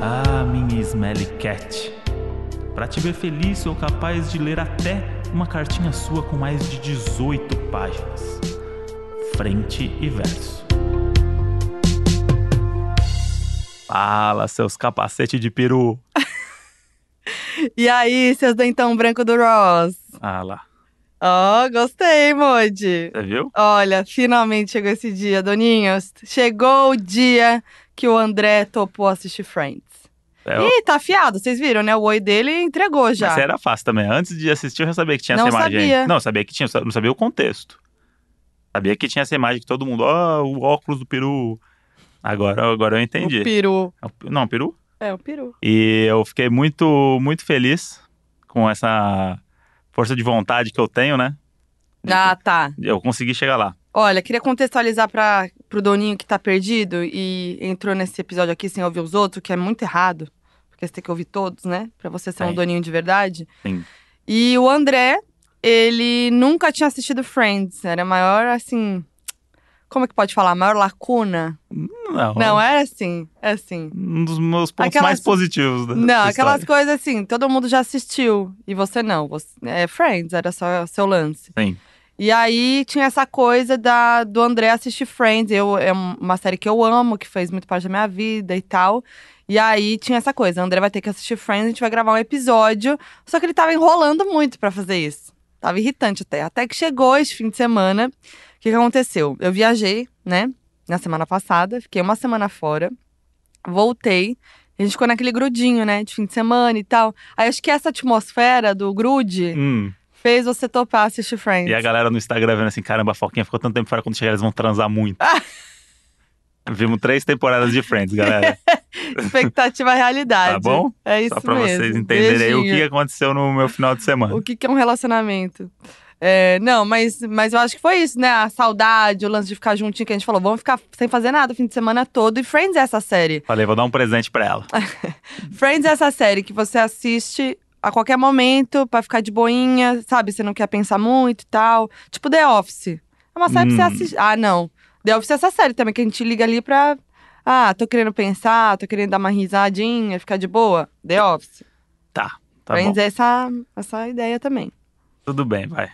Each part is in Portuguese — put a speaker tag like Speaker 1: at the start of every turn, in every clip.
Speaker 1: Ah, Smelly Cat. Para te ver feliz, sou capaz de ler até uma cartinha sua com mais de 18 páginas. Frente e verso. Fala, seus capacete de peru.
Speaker 2: E aí, seus dentão branco do Ross?
Speaker 1: Ah lá,
Speaker 2: Ó, gostei, Modi.
Speaker 1: você viu?
Speaker 2: Olha, finalmente chegou esse dia, Doninhos. Chegou o dia que o André topou assistir Friends.
Speaker 1: É,
Speaker 2: Ih, tá afiado, vocês viram, né? O oi dele entregou já.
Speaker 1: Mas é, era fácil também. Antes de assistir, eu já sabia que tinha
Speaker 2: Não
Speaker 1: essa imagem.
Speaker 2: sabia.
Speaker 1: Não, eu sabia que tinha, eu só não sabia o contexto. Sabia que tinha essa imagem que todo mundo, ó, o óculos do peru. Agora, agora eu
Speaker 2: O
Speaker 1: entendi.
Speaker 2: peru.
Speaker 1: É o- Não, peru?
Speaker 2: É, o peru.
Speaker 1: E eu fiquei muito, muito feliz com essa força de vontade que eu tenho, né?
Speaker 2: Ah, tá.
Speaker 1: Eu consegui chegar lá.
Speaker 2: Olha, queria contextualizar para pro Doninho que tá perdido e entrou nesse episódio aqui sem ouvir os outros, que é muito errado, porque você tem que ouvir todos, né? Para você ser um
Speaker 1: Sim.
Speaker 2: Doninho de verdade.
Speaker 1: Sim.
Speaker 2: E o André, ele nunca tinha assistido Friends, era a maior assim, como é que pode falar, A maior lacuna?
Speaker 1: Não,
Speaker 2: Não, era assim, é assim.
Speaker 1: um dos meus pontos
Speaker 2: Aquelas-
Speaker 1: mais positivos. da-
Speaker 2: Não,
Speaker 1: dessa
Speaker 2: aquelas
Speaker 1: né? história.
Speaker 2: coisas assim, todo mundo já assistiu e você não. Você, é Friends, era só o seu lance.
Speaker 1: Sim.
Speaker 2: E aí tinha essa coisa da, do André assistir Friends. Eu, é uma série que eu amo, que fez muito parte da minha vida e tal. E aí tinha essa coisa: André vai ter que assistir Friends, a gente vai gravar um episódio. Só que ele tava enrolando muito pra fazer isso. Tava irritante até. Até que chegou esse fim de semana. O que, que aconteceu? Eu viajei, né? Na semana passada, fiquei uma semana fora, voltei. A gente ficou naquele grudinho, né? De fim de semana e tal. Aí acho que essa atmosfera do grude
Speaker 1: Hum.
Speaker 2: fez você topar assistir Friends.
Speaker 1: E a galera no Instagram vendo assim, caramba, a Foquinha ficou tanto tempo fora, quando chegar eles vão transar muito.
Speaker 2: Ah.
Speaker 1: Vimos três temporadas de Friends, galera.
Speaker 2: Expectativa realidade.
Speaker 1: Tá bom?
Speaker 2: É isso
Speaker 1: Só pra
Speaker 2: mesmo.
Speaker 1: vocês entenderem aí o que
Speaker 2: Beijinho.
Speaker 1: aconteceu no meu final de semana.
Speaker 2: O que que é um relacionamento. É, não, mas, mas eu acho que foi isso, né? A saudade, o lance de ficar juntinho, que a gente falou, vamos ficar sem fazer nada o fim de semana todo. E Friends é essa série.
Speaker 1: Falei, vou dar um presente pra ela.
Speaker 2: Ah, Friends é essa série que você assiste a qualquer momento pra ficar de boinha, sabe? Você não quer pensar muito e tal. Tipo The Office. É uma série que você
Speaker 1: Hum.
Speaker 2: assiste. Ah, não. The Office é essa série também que a gente liga ali pra. Ah, tô querendo pensar, tô querendo dar uma risadinha, ficar de boa. The Office.
Speaker 1: Tá bom.
Speaker 2: Friends é essa, essa ideia também.
Speaker 1: Tudo bem, vai.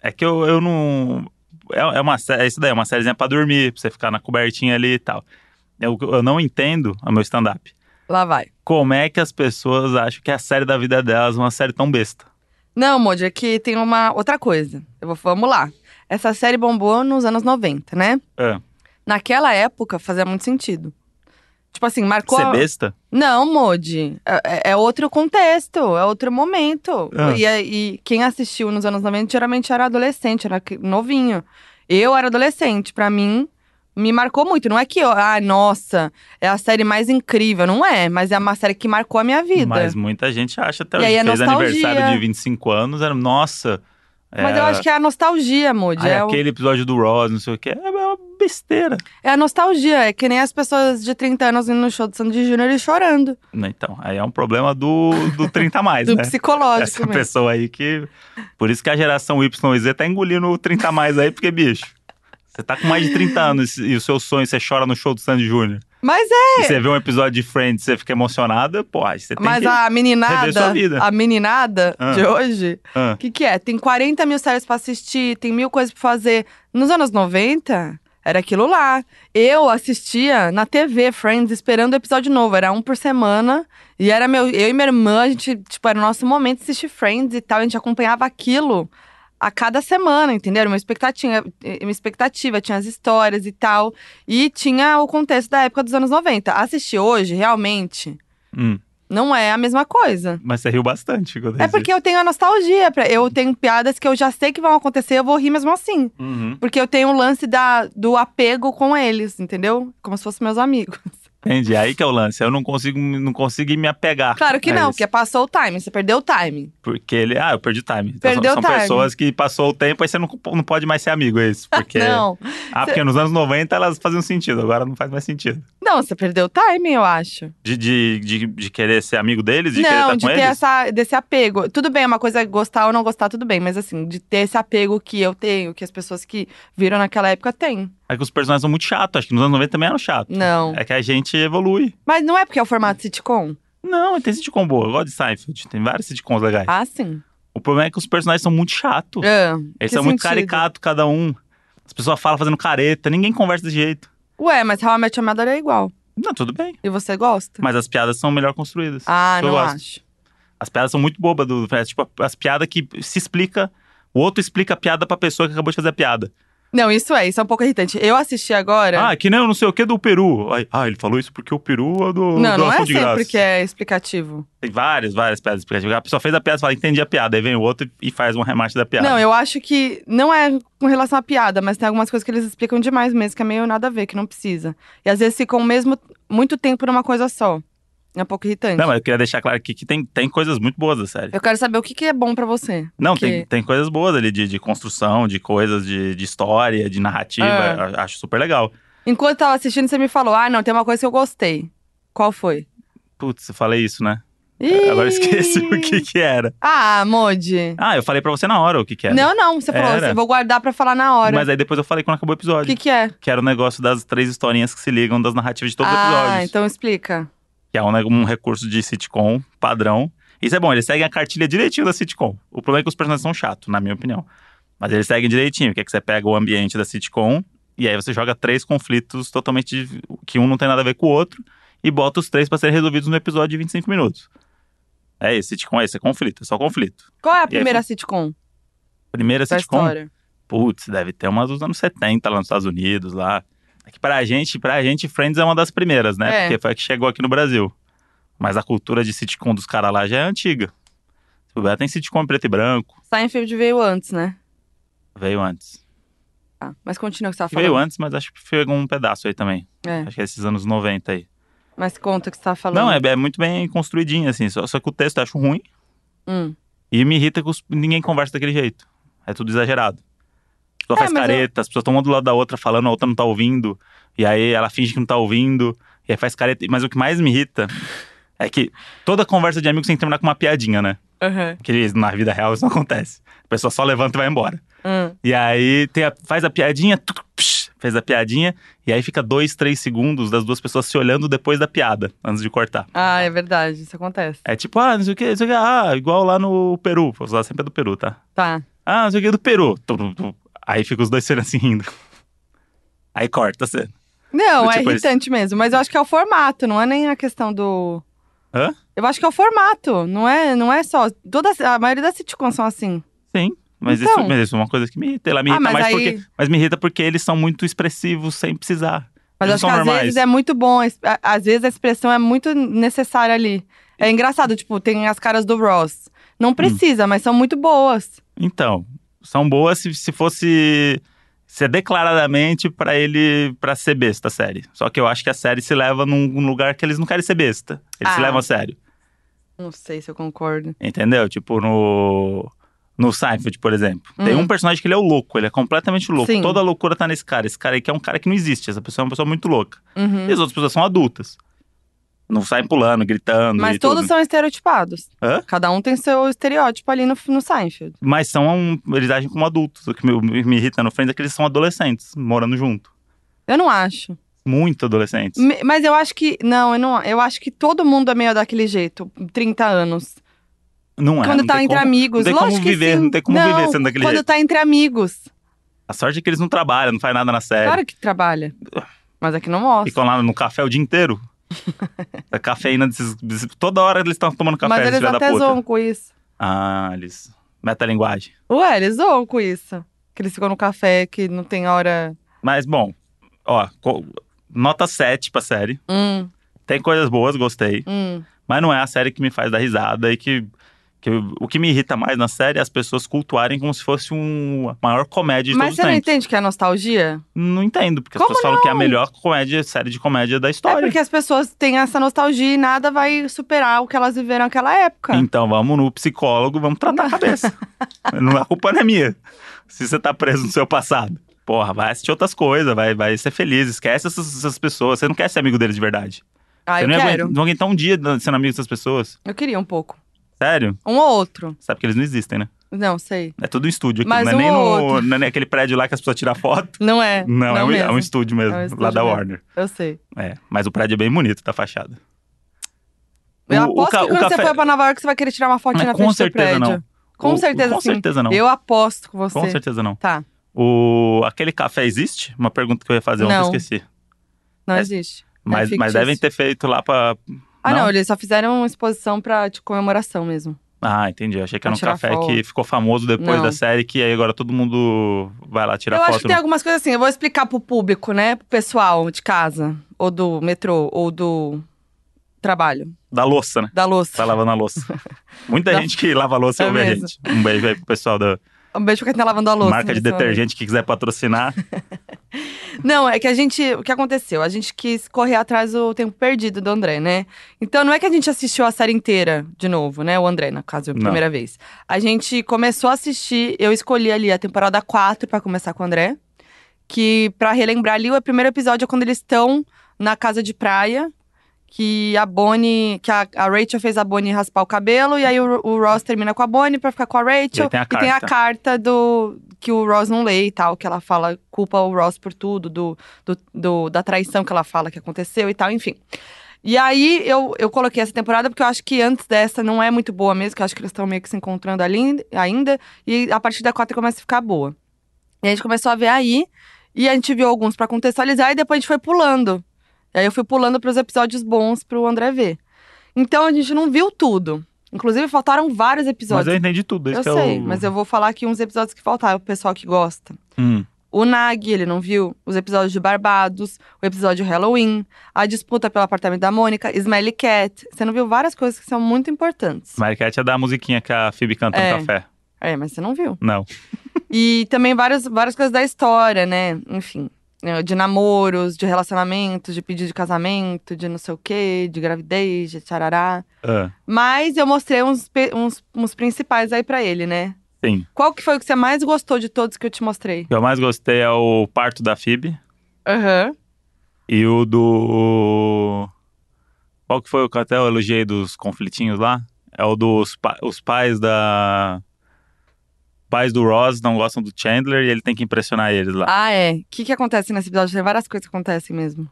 Speaker 1: É que eu, eu não. É, é uma sé- é isso daí, é uma sériezinha pra dormir, pra você ficar na cobertinha ali e tal. Eu, eu não entendo o meu stand-up.
Speaker 2: Lá vai.
Speaker 1: Como é que as pessoas acham que é a série da vida delas é uma série tão besta?
Speaker 2: Não, Moody, é que tem uma outra coisa. Eu vou, vamos lá. Essa série bombou nos anos 90, né?
Speaker 1: Ah,
Speaker 2: Naquela época fazia muito sentido. Tipo assim, marcou.
Speaker 1: Ser besta?
Speaker 2: Não, Modi. É, é outro contexto, é outro momento.
Speaker 1: Ah.
Speaker 2: E, é- e quem assistiu nos anos 90 geralmente era adolescente, era que- novinho. Eu era adolescente, pra mim, me marcou muito. Não é que, eu, ah, nossa, é a série mais incrível. Não é, mas é uma série que marcou a minha vida.
Speaker 1: Mas muita gente acha até
Speaker 2: E aí
Speaker 1: hoje.
Speaker 2: é
Speaker 1: Fez
Speaker 2: nostalgia.
Speaker 1: aniversário de 25 anos, era, nossa.
Speaker 2: Mas eu acho que é a nostalgia, Modi.
Speaker 1: Ai,
Speaker 2: é, o-
Speaker 1: aquele episódio do Ross, não sei o quê, é uma besteira.
Speaker 2: é a nostalgia. É que nem as pessoas de 30 anos indo no show do Sandy Júnior e chorando.
Speaker 1: Né, Então, aí é um problema do, do 30 a mais,
Speaker 2: do
Speaker 1: né?
Speaker 2: psicológico
Speaker 1: Essa
Speaker 2: mesmo.
Speaker 1: pessoa aí que. Por isso que a geração Y e Z tá engolindo o 30 a mais aí, porque, bicho, você tá com mais de 30 anos e o seu sonho, você chora no show do Sandy Júnior.
Speaker 2: Mas é,
Speaker 1: E você vê um episódio de Friends você fica emocionada, pô, aí você tem
Speaker 2: Mas
Speaker 1: que.
Speaker 2: a meninada,
Speaker 1: rever sua vida.
Speaker 2: a meninada
Speaker 1: Ah.
Speaker 2: de hoje, o
Speaker 1: Ah.
Speaker 2: que que é? Tem 40 mil séries pra assistir, tem mil coisas pra fazer. Nos anos 90, era aquilo lá. Eu assistia na TV Friends, esperando o episódio novo. Era um por semana. E era meu, eu e minha irmã, a gente, tipo, era o nosso momento de assistir Friends e tal. A gente acompanhava aquilo a cada semana, entendeu? Era uma expectativa, uma expectativa, tinha as histórias e tal. E tinha o contexto da época dos anos 90. Assistir hoje, realmente,
Speaker 1: Hum,
Speaker 2: não é a mesma coisa.
Speaker 1: mas você riu bastante quando eu
Speaker 2: É
Speaker 1: disse.
Speaker 2: porque eu tenho a nostalgia. pra- Eu tenho piadas que eu já sei que vão acontecer, eu vou rir mesmo assim.
Speaker 1: Uhum,
Speaker 2: Porque eu tenho o lance da, do apego com eles, entendeu? Como se fossem meus amigos.
Speaker 1: Entendi. Aí que é o lance. Eu não consigo, não consegui me apegar.
Speaker 2: Claro que é
Speaker 1: a
Speaker 2: não,
Speaker 1: É isso.
Speaker 2: porque passou o time, você perdeu o time.
Speaker 1: Porque ele. Ah, eu perdi o time. Então,
Speaker 2: Perdeu
Speaker 1: são
Speaker 2: o time.
Speaker 1: pessoas que passou o tempo, aí você não, não pode mais ser amigo, é isso. Porque.
Speaker 2: Não.
Speaker 1: Ah, porque nos anos 90 elas faziam sentido, agora não faz mais sentido.
Speaker 2: Não, você perdeu o time, eu acho.
Speaker 1: De, de, de, de querer ser amigo deles? De querer
Speaker 2: não,
Speaker 1: estar
Speaker 2: de
Speaker 1: com
Speaker 2: ter
Speaker 1: eles?
Speaker 2: essa, desse apego. Tudo bem, é uma coisa é gostar ou não gostar, tudo bem. Mas assim, de ter esse apego que eu tenho, que as pessoas que viram naquela época têm.
Speaker 1: É que os personagens são muito chatos, acho que nos anos 90 também eram chatos.
Speaker 2: Não.
Speaker 1: É que a gente evolui.
Speaker 2: Mas não é porque é o formato sitcom?
Speaker 1: Não, tem sitcom boa. Eu gosto de Seinfeld. Tem vários sitcoms legais.
Speaker 2: Ah, sim.
Speaker 1: O problema é que os personagens são muito chatos.
Speaker 2: Ah,
Speaker 1: Eles
Speaker 2: que
Speaker 1: são muito
Speaker 2: sentido?
Speaker 1: caricato, cada um. As pessoas falam fazendo careta. Ninguém conversa desse jeito.
Speaker 2: Ué, mas How I Met Your Mother é igual.
Speaker 1: Não, tudo bem.
Speaker 2: E você gosta?
Speaker 1: Mas as piadas são melhor construídas.
Speaker 2: ah,
Speaker 1: Isso eu
Speaker 2: não
Speaker 1: gosto.
Speaker 2: acho.
Speaker 1: As piadas são muito bobas do Friends. Tipo, as piadas que se explica. O outro explica a piada pra pessoa que acabou de fazer a piada.
Speaker 2: Não, isso é, isso é um pouco irritante. Eu assisti agora.
Speaker 1: Ah, que nem eu não sei o que do Peru. Ai, Ah, ele falou isso porque o Peru é do,
Speaker 2: não,
Speaker 1: do
Speaker 2: não é
Speaker 1: ação de
Speaker 2: sempre
Speaker 1: graça.
Speaker 2: que é explicativo.
Speaker 1: Tem várias, várias piadas explicativas. A pessoa fez a piada e fala, entendi a piada. Aí vem o outro e faz um remate da piada.
Speaker 2: Não, eu acho que não é com relação à piada, mas tem algumas coisas que eles explicam demais mesmo, que é meio nada a ver, que não precisa. E às vezes ficam mesmo muito tempo numa coisa só. É um pouco irritante.
Speaker 1: Não, mas eu queria deixar claro aqui que tem, tem coisas muito boas da série.
Speaker 2: Eu quero saber o que, que é bom pra você.
Speaker 1: Não,
Speaker 2: que-
Speaker 1: tem, tem coisas boas ali de, de construção, de coisas, de, de história, de narrativa.
Speaker 2: É.
Speaker 1: Eu Acho super legal.
Speaker 2: Enquanto eu tava assistindo, você me falou: ah, não, tem uma coisa que eu gostei. Qual foi?
Speaker 1: Putz, eu falei isso, né? Agora eu esqueci o que que era.
Speaker 2: Ah, Modi.
Speaker 1: Ah, eu falei pra você na hora o que que era.
Speaker 2: Não, não, você falou
Speaker 1: É. Era.
Speaker 2: assim: vou guardar pra falar na hora.
Speaker 1: Mas aí depois eu falei quando acabou o
Speaker 2: O
Speaker 1: episódio.
Speaker 2: que, que é?
Speaker 1: Que era o negócio das três historinhas que se ligam das narrativas de todos os
Speaker 2: ah,
Speaker 1: episódios.
Speaker 2: então explica.
Speaker 1: Que é um, um recurso de sitcom padrão. Isso é bom, eles seguem a cartilha direitinho da sitcom. O problema é que os personagens são chatos, na minha opinião. Mas eles seguem direitinho, que é que você pega o ambiente da sitcom e aí você joga três conflitos totalmente. de- que um não tem nada a ver com o outro e bota os três pra serem resolvidos no episódio de 25 minutos. É isso, sitcom é isso, é conflito, é só conflito.
Speaker 2: Qual é a
Speaker 1: aí,
Speaker 2: primeira sitcom
Speaker 1: Primeira
Speaker 2: da
Speaker 1: sitcom,
Speaker 2: história?
Speaker 1: Putz, deve ter umas dos anos 70 lá nos Estados Unidos, lá. É que pra gente, pra gente, Friends é uma das primeiras, né?
Speaker 2: É.
Speaker 1: Porque foi a que chegou aqui no Brasil. Mas a cultura de sitcom dos caras lá já é antiga. Se bobear, tem sitcom em preto e branco.
Speaker 2: Seinfeld veio antes, né?
Speaker 1: Veio antes.
Speaker 2: Ah, mas continua o que você tava
Speaker 1: Que veio
Speaker 2: falando.
Speaker 1: antes, mas acho que pegou um pedaço aí também.
Speaker 2: É.
Speaker 1: Acho que é esses anos 90 aí.
Speaker 2: Mas conta o que você tava falando.
Speaker 1: Não, é, é muito bem construidinho, assim. Só, só que o texto eu acho ruim.
Speaker 2: Hum.
Speaker 1: E me irrita que os- ninguém conversa daquele jeito. É tudo exagerado. A pessoa
Speaker 2: É,
Speaker 1: faz
Speaker 2: mas eu-
Speaker 1: careta, as pessoas estão uma do lado da outra falando, a outra não tá ouvindo. E aí ela finge que não tá ouvindo. E aí faz careta. Mas o que mais me irrita é que toda conversa de amigos tem que terminar com uma piadinha, né?
Speaker 2: Aham.
Speaker 1: Que eles- na vida real isso não acontece. A pessoa só levanta e vai embora.
Speaker 2: Hum.
Speaker 1: E aí tem a- faz a piadinha, tuc, psh, fez a piadinha. E aí fica dois, três segundos das duas pessoas se olhando depois da piada, antes de cortar.
Speaker 2: Ah, é verdade, isso acontece.
Speaker 1: É tipo, ah, não sei o que, não sei o que, ah, igual lá no Peru. Vou usar sempre a do Peru, tá?
Speaker 2: Tá.
Speaker 1: Ah, não sei o que do Peru. Tum, tum, tum. Aí fica os dois sendo assim rindo. Aí corta a cena.
Speaker 2: Não, é
Speaker 1: Tipo, eles-
Speaker 2: irritante mesmo, mas eu acho que é o formato, não é nem a questão do.
Speaker 1: Hã?
Speaker 2: Eu acho que é o formato, não é, não é só. Toda, a maioria das sitcoms são assim.
Speaker 1: Sim. Mas,
Speaker 2: Então.
Speaker 1: isso, mas isso é uma coisa que me irrita. Ela me
Speaker 2: Ah,
Speaker 1: irrita
Speaker 2: mas
Speaker 1: mais
Speaker 2: aí-
Speaker 1: porque. Mas me irrita porque eles são muito expressivos sem precisar.
Speaker 2: Mas
Speaker 1: Eles
Speaker 2: acho
Speaker 1: são
Speaker 2: que às
Speaker 1: normais.
Speaker 2: vezes é muito bom, es- a- às vezes a expressão é muito necessária ali. É engraçado, tipo, tem as caras do Ross. Não precisa, mas são muito boas.
Speaker 1: Então, são boas se, se fosse. Se é declaradamente pra ele pra ser besta a série. Só que eu acho que a série se leva num, num lugar que eles não querem ser besta. Eles se
Speaker 2: Ah.
Speaker 1: levam a sério.
Speaker 2: Não sei se eu concordo.
Speaker 1: Entendeu? Tipo, no. No Seinfeld, por exemplo. Tem
Speaker 2: Uhum.
Speaker 1: um personagem que ele é o louco, ele é completamente louco.
Speaker 2: Sim.
Speaker 1: Toda a loucura tá nesse cara. Esse cara aí que é um cara que não existe. Essa pessoa é uma pessoa muito louca.
Speaker 2: Uhum.
Speaker 1: E as outras pessoas são adultas. Não saem pulando, gritando.
Speaker 2: Mas
Speaker 1: e
Speaker 2: todos
Speaker 1: tudo.
Speaker 2: são estereotipados.
Speaker 1: um Hã?
Speaker 2: Cada um tem seu estereótipo ali no, no Seinfeld.
Speaker 1: Mas são. um- Eles agem como adultos. O que me, me- me irrita no Friends é que eles são adolescentes, morando junto.
Speaker 2: Eu não acho.
Speaker 1: Muito adolescentes.
Speaker 2: Me- Mas eu acho que. Não, eu não. Eu acho que todo mundo é meio daquele jeito. 30 anos.
Speaker 1: Não é.
Speaker 2: quando
Speaker 1: não
Speaker 2: tá
Speaker 1: tem
Speaker 2: entre
Speaker 1: como- não
Speaker 2: amigos.
Speaker 1: tem
Speaker 2: Lógico
Speaker 1: como
Speaker 2: que
Speaker 1: viver,
Speaker 2: sim.
Speaker 1: não tem como viver sendo daquele
Speaker 2: quando
Speaker 1: jeito.
Speaker 2: tá entre amigos.
Speaker 1: A sorte é que eles não trabalham, não faz nada na série.
Speaker 2: Claro que trabalha. Mas aqui não mostra.
Speaker 1: Ficam lá no café o dia inteiro. a cafeína desses. desses- Toda hora eles estão tomando café,
Speaker 2: Mas eles
Speaker 1: filha da
Speaker 2: até
Speaker 1: puta.
Speaker 2: zoam com isso.
Speaker 1: Ah, eles. Metalinguagem.
Speaker 2: Ué, eles zoam com isso. Que eles ficam no café, que não tem hora.
Speaker 1: Mas, bom, ó, co- nota 7 pra série.
Speaker 2: Hum,
Speaker 1: Tem coisas boas, gostei.
Speaker 2: hum.
Speaker 1: Mas não é a série que me faz dar risada e que. que eu- o que me irrita mais na série é as pessoas cultuarem como se fosse um, a maior comédia de
Speaker 2: Mas
Speaker 1: todos
Speaker 2: você
Speaker 1: os
Speaker 2: não
Speaker 1: tempos.
Speaker 2: entende que é nostalgia?
Speaker 1: Não entendo, porque
Speaker 2: Como
Speaker 1: as pessoas falam que é a melhor comédia, série de comédia da
Speaker 2: É
Speaker 1: história.
Speaker 2: porque as pessoas têm essa nostalgia e nada vai superar o que elas viveram naquela época.
Speaker 1: Então vamos no psicólogo, vamos tratar a cabeça. não, a culpa não é minha. Se você tá preso no seu passado. Porra, vai assistir outras coisas, vai, vai ser feliz, esquece essas, essas pessoas. Você não quer ser amigo deles de verdade.
Speaker 2: Ah,
Speaker 1: você
Speaker 2: eu
Speaker 1: não aguenta-
Speaker 2: quero.
Speaker 1: não aguentar um dia sendo amigo dessas pessoas.
Speaker 2: Eu queria um pouco.
Speaker 1: Sério?
Speaker 2: Um ou outro.
Speaker 1: Sabe que eles não existem, né?
Speaker 2: Não, sei.
Speaker 1: É tudo um estúdio aqui.
Speaker 2: Mas
Speaker 1: não é
Speaker 2: um
Speaker 1: nem
Speaker 2: ou
Speaker 1: no,
Speaker 2: outro.
Speaker 1: não é nem aquele prédio lá que as pessoas tiram foto.
Speaker 2: Não é.
Speaker 1: Não, é, um, é
Speaker 2: mesmo.
Speaker 1: um estúdio mesmo,
Speaker 2: É um estúdio
Speaker 1: lá da
Speaker 2: mesmo.
Speaker 1: Warner.
Speaker 2: Eu sei.
Speaker 1: É, mas o prédio é bem bonito, tá fachada.
Speaker 2: Eu
Speaker 1: O- o
Speaker 2: aposto
Speaker 1: ca-
Speaker 2: que
Speaker 1: o
Speaker 2: quando você
Speaker 1: café-
Speaker 2: for pra Nova York, você vai querer tirar uma foto
Speaker 1: Mas
Speaker 2: na
Speaker 1: com
Speaker 2: frente do
Speaker 1: certeza
Speaker 2: prédio.
Speaker 1: não.
Speaker 2: Com
Speaker 1: O-
Speaker 2: certeza
Speaker 1: Com
Speaker 2: sim.
Speaker 1: certeza não.
Speaker 2: Eu aposto com você.
Speaker 1: Com certeza não.
Speaker 2: Tá,
Speaker 1: O... Aquele café existe? Uma pergunta que eu ia fazer, ontem eu
Speaker 2: Não.
Speaker 1: esqueci.
Speaker 2: não
Speaker 1: É-
Speaker 2: existe.
Speaker 1: Mas, mas
Speaker 2: fictício.
Speaker 1: devem ter feito lá pra.
Speaker 2: Ah, não,
Speaker 1: Não?
Speaker 2: eles só fizeram uma exposição pra de comemoração mesmo.
Speaker 1: Ah, entendi. Eu Achei que
Speaker 2: Pra
Speaker 1: era um
Speaker 2: tirar
Speaker 1: café
Speaker 2: foto.
Speaker 1: que ficou famoso depois
Speaker 2: Não.
Speaker 1: da série, que aí agora todo mundo vai lá tirar
Speaker 2: eu
Speaker 1: foto. né?
Speaker 2: acho que tem algumas coisas assim, eu vou explicar pro público, né? Pro pessoal de casa, ou do metrô, ou do trabalho,
Speaker 1: Da louça, né?
Speaker 2: da louça.
Speaker 1: Tá lavando a louça. Muita
Speaker 2: Da-
Speaker 1: gente que lava a louça
Speaker 2: É
Speaker 1: ouve a
Speaker 2: mesmo.
Speaker 1: gente. Um beijo aí pro pessoal da
Speaker 2: Um beijo pra quem tá lavando a louça.
Speaker 1: marca de
Speaker 2: nesse momento.
Speaker 1: detergente que quiser patrocinar.
Speaker 2: Não, é que a gente. O que aconteceu? A gente quis correr atrás do tempo perdido do André, né? Então não é que a gente assistiu a série inteira de novo, né? O André, no caso, a
Speaker 1: Não.
Speaker 2: primeira vez. A gente começou a assistir, eu escolhi ali a temporada 4 pra começar com o André. Que, pra relembrar ali, o primeiro episódio é quando eles estão na casa de praia. Que a Bonnie. Que a, a Rachel fez a Bonnie raspar o cabelo. E aí o, o Ross termina com a Bonnie pra ficar com a
Speaker 1: E
Speaker 2: Rachel.
Speaker 1: aí tem a
Speaker 2: E tem a
Speaker 1: carta.
Speaker 2: carta do que o Ross não lê e tal, que ela fala, culpa o Ross por tudo, do, do- do- da traição que ela fala que aconteceu e tal, enfim. E aí eu, eu coloquei essa temporada porque eu acho que antes dessa não é muito boa mesmo, que eu acho que eles estão meio que se encontrando ali ainda, e a partir da quarta começa a ficar boa. E a gente começou a ver aí, e a gente viu alguns pra contextualizar, e depois a gente foi pulando. E aí eu fui pulando pros episódios bons pro André ver. Então a gente não viu tudo. Inclusive, faltaram vários
Speaker 1: Mas
Speaker 2: episódios.
Speaker 1: eu entendi tudo. Esse
Speaker 2: Eu
Speaker 1: que é
Speaker 2: sei,
Speaker 1: o...
Speaker 2: mas eu vou falar aqui uns episódios que faltaram, o pessoal que gosta.
Speaker 1: Hum,
Speaker 2: O Nag, ele não viu os episódios de Barbados, o episódio de Halloween, a disputa pelo apartamento da Mônica, Smelly Cat. Você não viu várias coisas que são muito importantes.
Speaker 1: Mariquete é da musiquinha que a Phoebe canta
Speaker 2: É.
Speaker 1: no café.
Speaker 2: É, mas você não viu.
Speaker 1: Não.
Speaker 2: E também várias, várias coisas da história, né? Enfim, né, de namoros, de relacionamentos, de pedido de casamento, de não sei o quê, de gravidez, de tcharará.
Speaker 1: Ah,
Speaker 2: Mas eu mostrei uns, pe- uns, uns principais aí pra ele, né?
Speaker 1: sim.
Speaker 2: Qual que foi o que você mais gostou de todos que eu te mostrei?
Speaker 1: O que eu mais gostei é o parto da Phoebe.
Speaker 2: Aham.
Speaker 1: E o do. Qual que foi o que até eu elogiei dos conflitinhos lá? É o dos pa- os pais da. Pais do Ross não gostam do Chandler e ele tem que impressionar eles lá.
Speaker 2: Ah, é. O que, que acontece nesse episódio? Tem várias coisas que acontecem mesmo.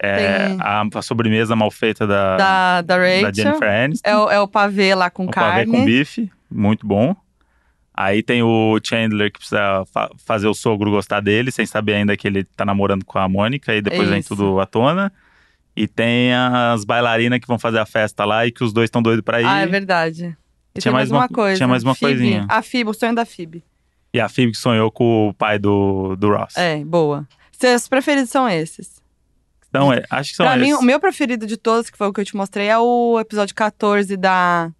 Speaker 1: é
Speaker 2: tem-
Speaker 1: a, a sobremesa mal feita da, Ah, da,
Speaker 2: Ah, da, da Rachel.
Speaker 1: Jennifer Aniston.
Speaker 2: é, o, é o pavê lá com
Speaker 1: o pavê
Speaker 2: carne.
Speaker 1: com bife, muito bom. Aí tem o Chandler que precisa fa- fazer o sogro gostar dele, sem saber ainda que ele tá namorando com a Mônica, e depois vem
Speaker 2: Isso.
Speaker 1: tudo à tona. E tem as bailarinas que vão fazer a festa lá e que os dois estão doidos pra ir.
Speaker 2: Ah, é verdade. E
Speaker 1: Tinha
Speaker 2: tem mais
Speaker 1: mais uma-
Speaker 2: uma coisa.
Speaker 1: tinha mais uma
Speaker 2: Phoebe.
Speaker 1: coisinha.
Speaker 2: A Fib, o sonho da Fib.
Speaker 1: E a Phoebe que sonhou com o pai do, do Ross.
Speaker 2: É, boa. Seus preferidos são esses.
Speaker 1: Então, é- acho que são
Speaker 2: pra mim,
Speaker 1: esses.
Speaker 2: o meu preferido de todos, que foi o que eu te mostrei, é o episódio 14 da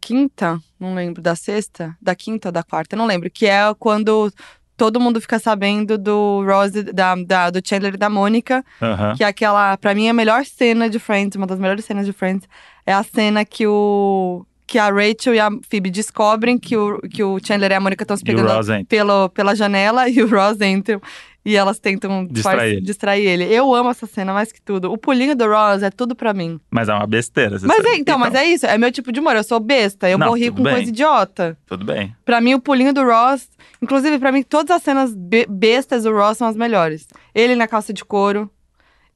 Speaker 2: quinta, não lembro, da sexta? Da quinta ou da quarta, não lembro. Que é quando todo mundo fica sabendo do Ross, e- da, da- do Chandler e da Mônica.
Speaker 1: Aham.
Speaker 2: Que é aquela, pra mim, a melhor cena de Friends, uma das melhores cenas de Friends, é a cena que o. que a Rachel e a Phoebe descobrem que o, que o Chandler e a Mônica estão se
Speaker 1: E o
Speaker 2: pegando
Speaker 1: Ross, hein?
Speaker 2: pelo, pela janela e o Ross entram. E elas tentam disfar-
Speaker 1: Distrair ele.
Speaker 2: distrair ele. Eu amo essa cena mais que tudo. O pulinho do Ross é tudo pra mim.
Speaker 1: Mas é uma besteira. você
Speaker 2: Mas é,
Speaker 1: sabe.
Speaker 2: então, mas é isso. É meu tipo de humor. Eu sou besta. Eu
Speaker 1: Não,
Speaker 2: morri
Speaker 1: tudo
Speaker 2: com
Speaker 1: bem.
Speaker 2: coisa idiota.
Speaker 1: Tudo bem.
Speaker 2: Pra mim, o pulinho do Ross. Inclusive, pra mim, todas as cenas be- bestas do Ross são as melhores. Ele na calça de couro,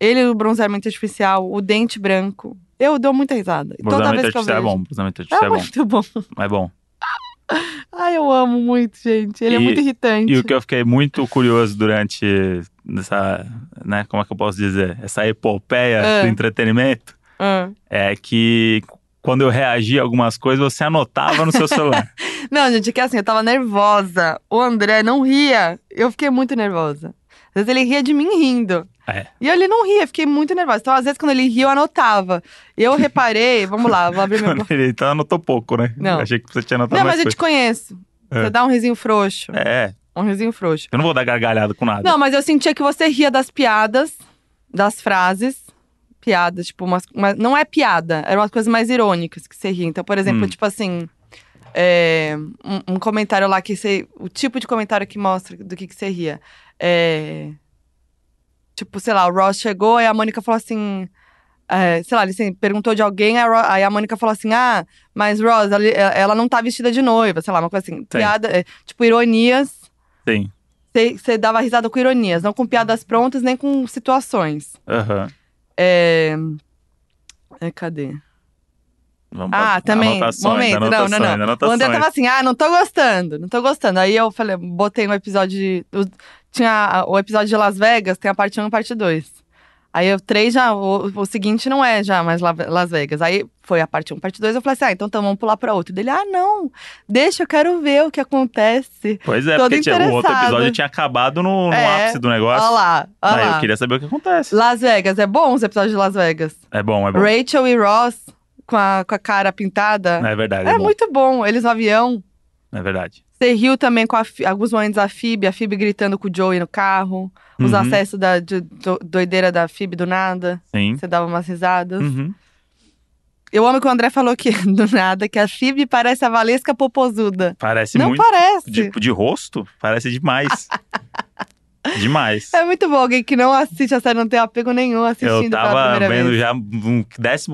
Speaker 2: ele no bronzeamento artificial, o dente branco. Eu dou muita risada. E Toda
Speaker 1: Bronzeamento
Speaker 2: vez que eu
Speaker 1: artificial
Speaker 2: vejo.
Speaker 1: é bom. Bronzeamento
Speaker 2: É
Speaker 1: artificial é,
Speaker 2: muito bom.
Speaker 1: bom. É bom.
Speaker 2: Ai, eu amo muito, gente. Ele é
Speaker 1: E-
Speaker 2: muito irritante.
Speaker 1: E o que eu fiquei muito curioso durante essa, né, como é que eu posso dizer? Essa epopeia
Speaker 2: Ah.
Speaker 1: do entretenimento
Speaker 2: Ah.
Speaker 1: é que quando eu reagia a algumas coisas, você anotava no seu celular.
Speaker 2: Não, gente, é que assim, eu tava nervosa. O André não ria. Eu fiquei muito nervosa. Às vezes ele ria de mim rindo.
Speaker 1: É.
Speaker 2: E ele não ria, eu fiquei muito nervosa. Então, às vezes, quando ele ria, eu anotava. E eu reparei, vamos lá, vou abrir meu.
Speaker 1: então anotou pouco, né?
Speaker 2: Não.
Speaker 1: Achei que você tinha anotado
Speaker 2: Não,
Speaker 1: mais
Speaker 2: mas eu
Speaker 1: coisas.
Speaker 2: te conheço.
Speaker 1: É.
Speaker 2: Você dá um risinho frouxo.
Speaker 1: É,
Speaker 2: Um risinho frouxo.
Speaker 1: eu não vou dar gargalhada com nada.
Speaker 2: Não, mas eu sentia que você ria das piadas, das frases. Piadas, tipo, umas, uma- não é piada, eram umas coisas mais irônicas que você ria. Então, por exemplo,
Speaker 1: Hum.
Speaker 2: tipo assim. é, um, um comentário lá que você. O tipo de comentário que mostra do que, que você ria. É, tipo, sei lá, o Ross chegou e a Mônica falou assim. é, sei lá, ele assim, perguntou de alguém, aí a Ro- aí a Mônica falou assim: Ah, mas Ross, ela, ela não tá vestida de noiva, sei lá, uma coisa assim. Piada, é, tipo, ironias
Speaker 1: Sim.
Speaker 2: você dava risada com ironias, não com piadas prontas, nem com situações.
Speaker 1: Aham.
Speaker 2: É. é cadê?
Speaker 1: Vamos pra-
Speaker 2: Ah, também.
Speaker 1: Anotações,
Speaker 2: Momento, não, não,
Speaker 1: anotações,
Speaker 2: não. O
Speaker 1: Anotações.
Speaker 2: André tava assim, ah, não tô gostando, não tô gostando. Aí eu falei, botei no episódio de. o- tinha o episódio de Las Vegas, tem a parte 1 e a parte 2. Aí eu três já, o, o seguinte não é já mais La- Las Vegas. Aí foi a parte 1, parte 2, eu falei assim, ah, então, então vamos pular pra outra. Dele, ah, não, deixa, eu quero ver o que acontece.
Speaker 1: Pois é,
Speaker 2: Todo
Speaker 1: porque tinha, o outro
Speaker 2: interessado.
Speaker 1: episódio tinha acabado no, no
Speaker 2: É.
Speaker 1: ápice do negócio.
Speaker 2: Olha lá, olha
Speaker 1: Aí
Speaker 2: lá.
Speaker 1: eu queria saber o que acontece.
Speaker 2: Las Vegas, é bom os episódios de Las Vegas.
Speaker 1: É bom, é bom.
Speaker 2: Rachel e Ross com a, com a cara pintada.
Speaker 1: É verdade,
Speaker 2: É,
Speaker 1: é, bom.
Speaker 2: muito bom, eles no avião.
Speaker 1: É verdade.
Speaker 2: Você riu também com a Pho- alguns momentos da Phoebe, a Phoebe gritando com o Joey no carro, os
Speaker 1: Uhum,
Speaker 2: acessos da de- do- doideira da Phoebe do nada.
Speaker 1: Sim.
Speaker 2: Você dava umas risadas.
Speaker 1: Uhum.
Speaker 2: Eu amo que o André falou que, do nada, que a Phoebe parece a Valesca Popozuda.
Speaker 1: Parece
Speaker 2: Não
Speaker 1: muito.
Speaker 2: parece.
Speaker 1: De, de rosto, parece demais. demais.
Speaker 2: É muito bom. Alguém que não assiste a série não tem apego nenhum assistindo
Speaker 1: Eu
Speaker 2: pela
Speaker 1: tava
Speaker 2: primeira
Speaker 1: vendo
Speaker 2: vez.
Speaker 1: já um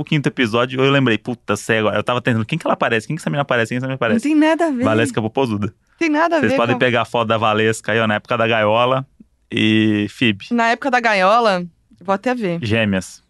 Speaker 1: 15 episódio, eu lembrei, puta, sei agora. Eu tava tentando, quem que ela parece? Quem que essa menina parece? Quem que essa menina
Speaker 2: Não
Speaker 1: parece?
Speaker 2: tem nada a ver.
Speaker 1: Valesca Popozuda.
Speaker 2: Não tem nada a
Speaker 1: Vocês
Speaker 2: ver.
Speaker 1: podem
Speaker 2: com-
Speaker 1: pegar a foto da Valesca aí, ó, na época da gaiola e Fib.
Speaker 2: Na época da gaiola, vou até ver.
Speaker 1: Gêmeas.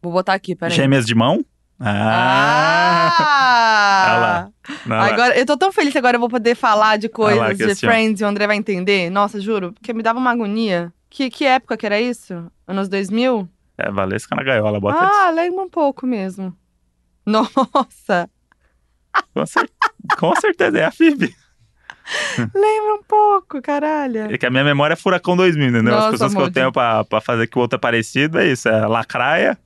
Speaker 2: Vou botar aqui, peraí.
Speaker 1: Gêmeas de mão? Ah!
Speaker 2: Ah!
Speaker 1: Olha lá. Não,
Speaker 2: Agora, eu tô tão feliz que agora eu vou poder falar de coisas
Speaker 1: lá, assim,
Speaker 2: de
Speaker 1: Cristiano.
Speaker 2: Friends e o André vai entender. Nossa, juro, porque me dava uma agonia. Que, que época que era isso? Anos 2000?
Speaker 1: É, Valesca na gaiola, bota isso.
Speaker 2: ah, lembra um pouco mesmo. Nossa,
Speaker 1: Com, cer- com certeza, é a Fib.
Speaker 2: lembra um pouco, caralho.
Speaker 1: É que a minha memória é Furacão 2000, entendeu?
Speaker 2: Nossa,
Speaker 1: As pessoas que eu
Speaker 2: Moody.
Speaker 1: tenho pra, pra fazer que o outro é parecido é isso. É a Lacraia,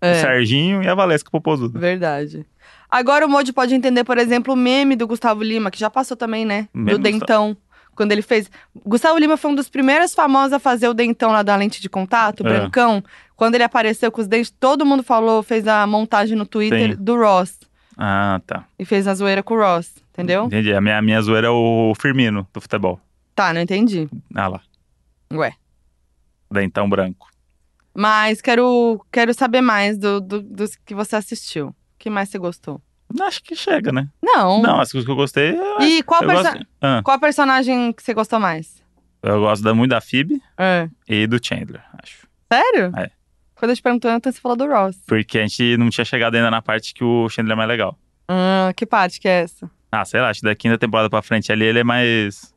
Speaker 1: o
Speaker 2: É,
Speaker 1: Serginho e a Valesca Popozuda.
Speaker 2: verdade. Agora o Modi pode entender, por exemplo, o meme do Gustavo Lima, que já passou também, né?
Speaker 1: Meme
Speaker 2: do
Speaker 1: do
Speaker 2: dentão. Quando ele fez. Gustavo Lima foi um dos primeiros famosos a fazer o dentão lá da lente de contato, o
Speaker 1: É.
Speaker 2: brancão. Quando ele apareceu com os dentes, todo mundo falou, fez a montagem no Twitter
Speaker 1: Sim.
Speaker 2: do Ross.
Speaker 1: Ah, tá.
Speaker 2: E fez a zoeira com o Ross, entendeu?
Speaker 1: Entendi. A minha, a minha zoeira é o Firmino do futebol.
Speaker 2: Tá, não entendi.
Speaker 1: Ah lá.
Speaker 2: Ué.
Speaker 1: Dentão branco.
Speaker 2: Mas quero, quero saber mais do, do- dos que você assistiu. O que mais você gostou?
Speaker 1: Acho que chega, né?
Speaker 2: Não.
Speaker 1: Não, as coisas que eu gostei. Eu,
Speaker 2: E qual,
Speaker 1: eu
Speaker 2: perso-
Speaker 1: gosto, Ah,
Speaker 2: qual personagem que você gostou mais?
Speaker 1: eu gosto da, muito da Phoebe
Speaker 2: É.
Speaker 1: e do Chandler, acho.
Speaker 2: Sério?
Speaker 1: É.
Speaker 2: Quando eu te perguntei antes, você falou do Ross.
Speaker 1: Porque a gente não tinha chegado ainda na parte que o Chandler é mais legal.
Speaker 2: Ah, que parte que é essa?
Speaker 1: Ah, sei lá, acho que da quinta temporada pra frente ali ele é mais.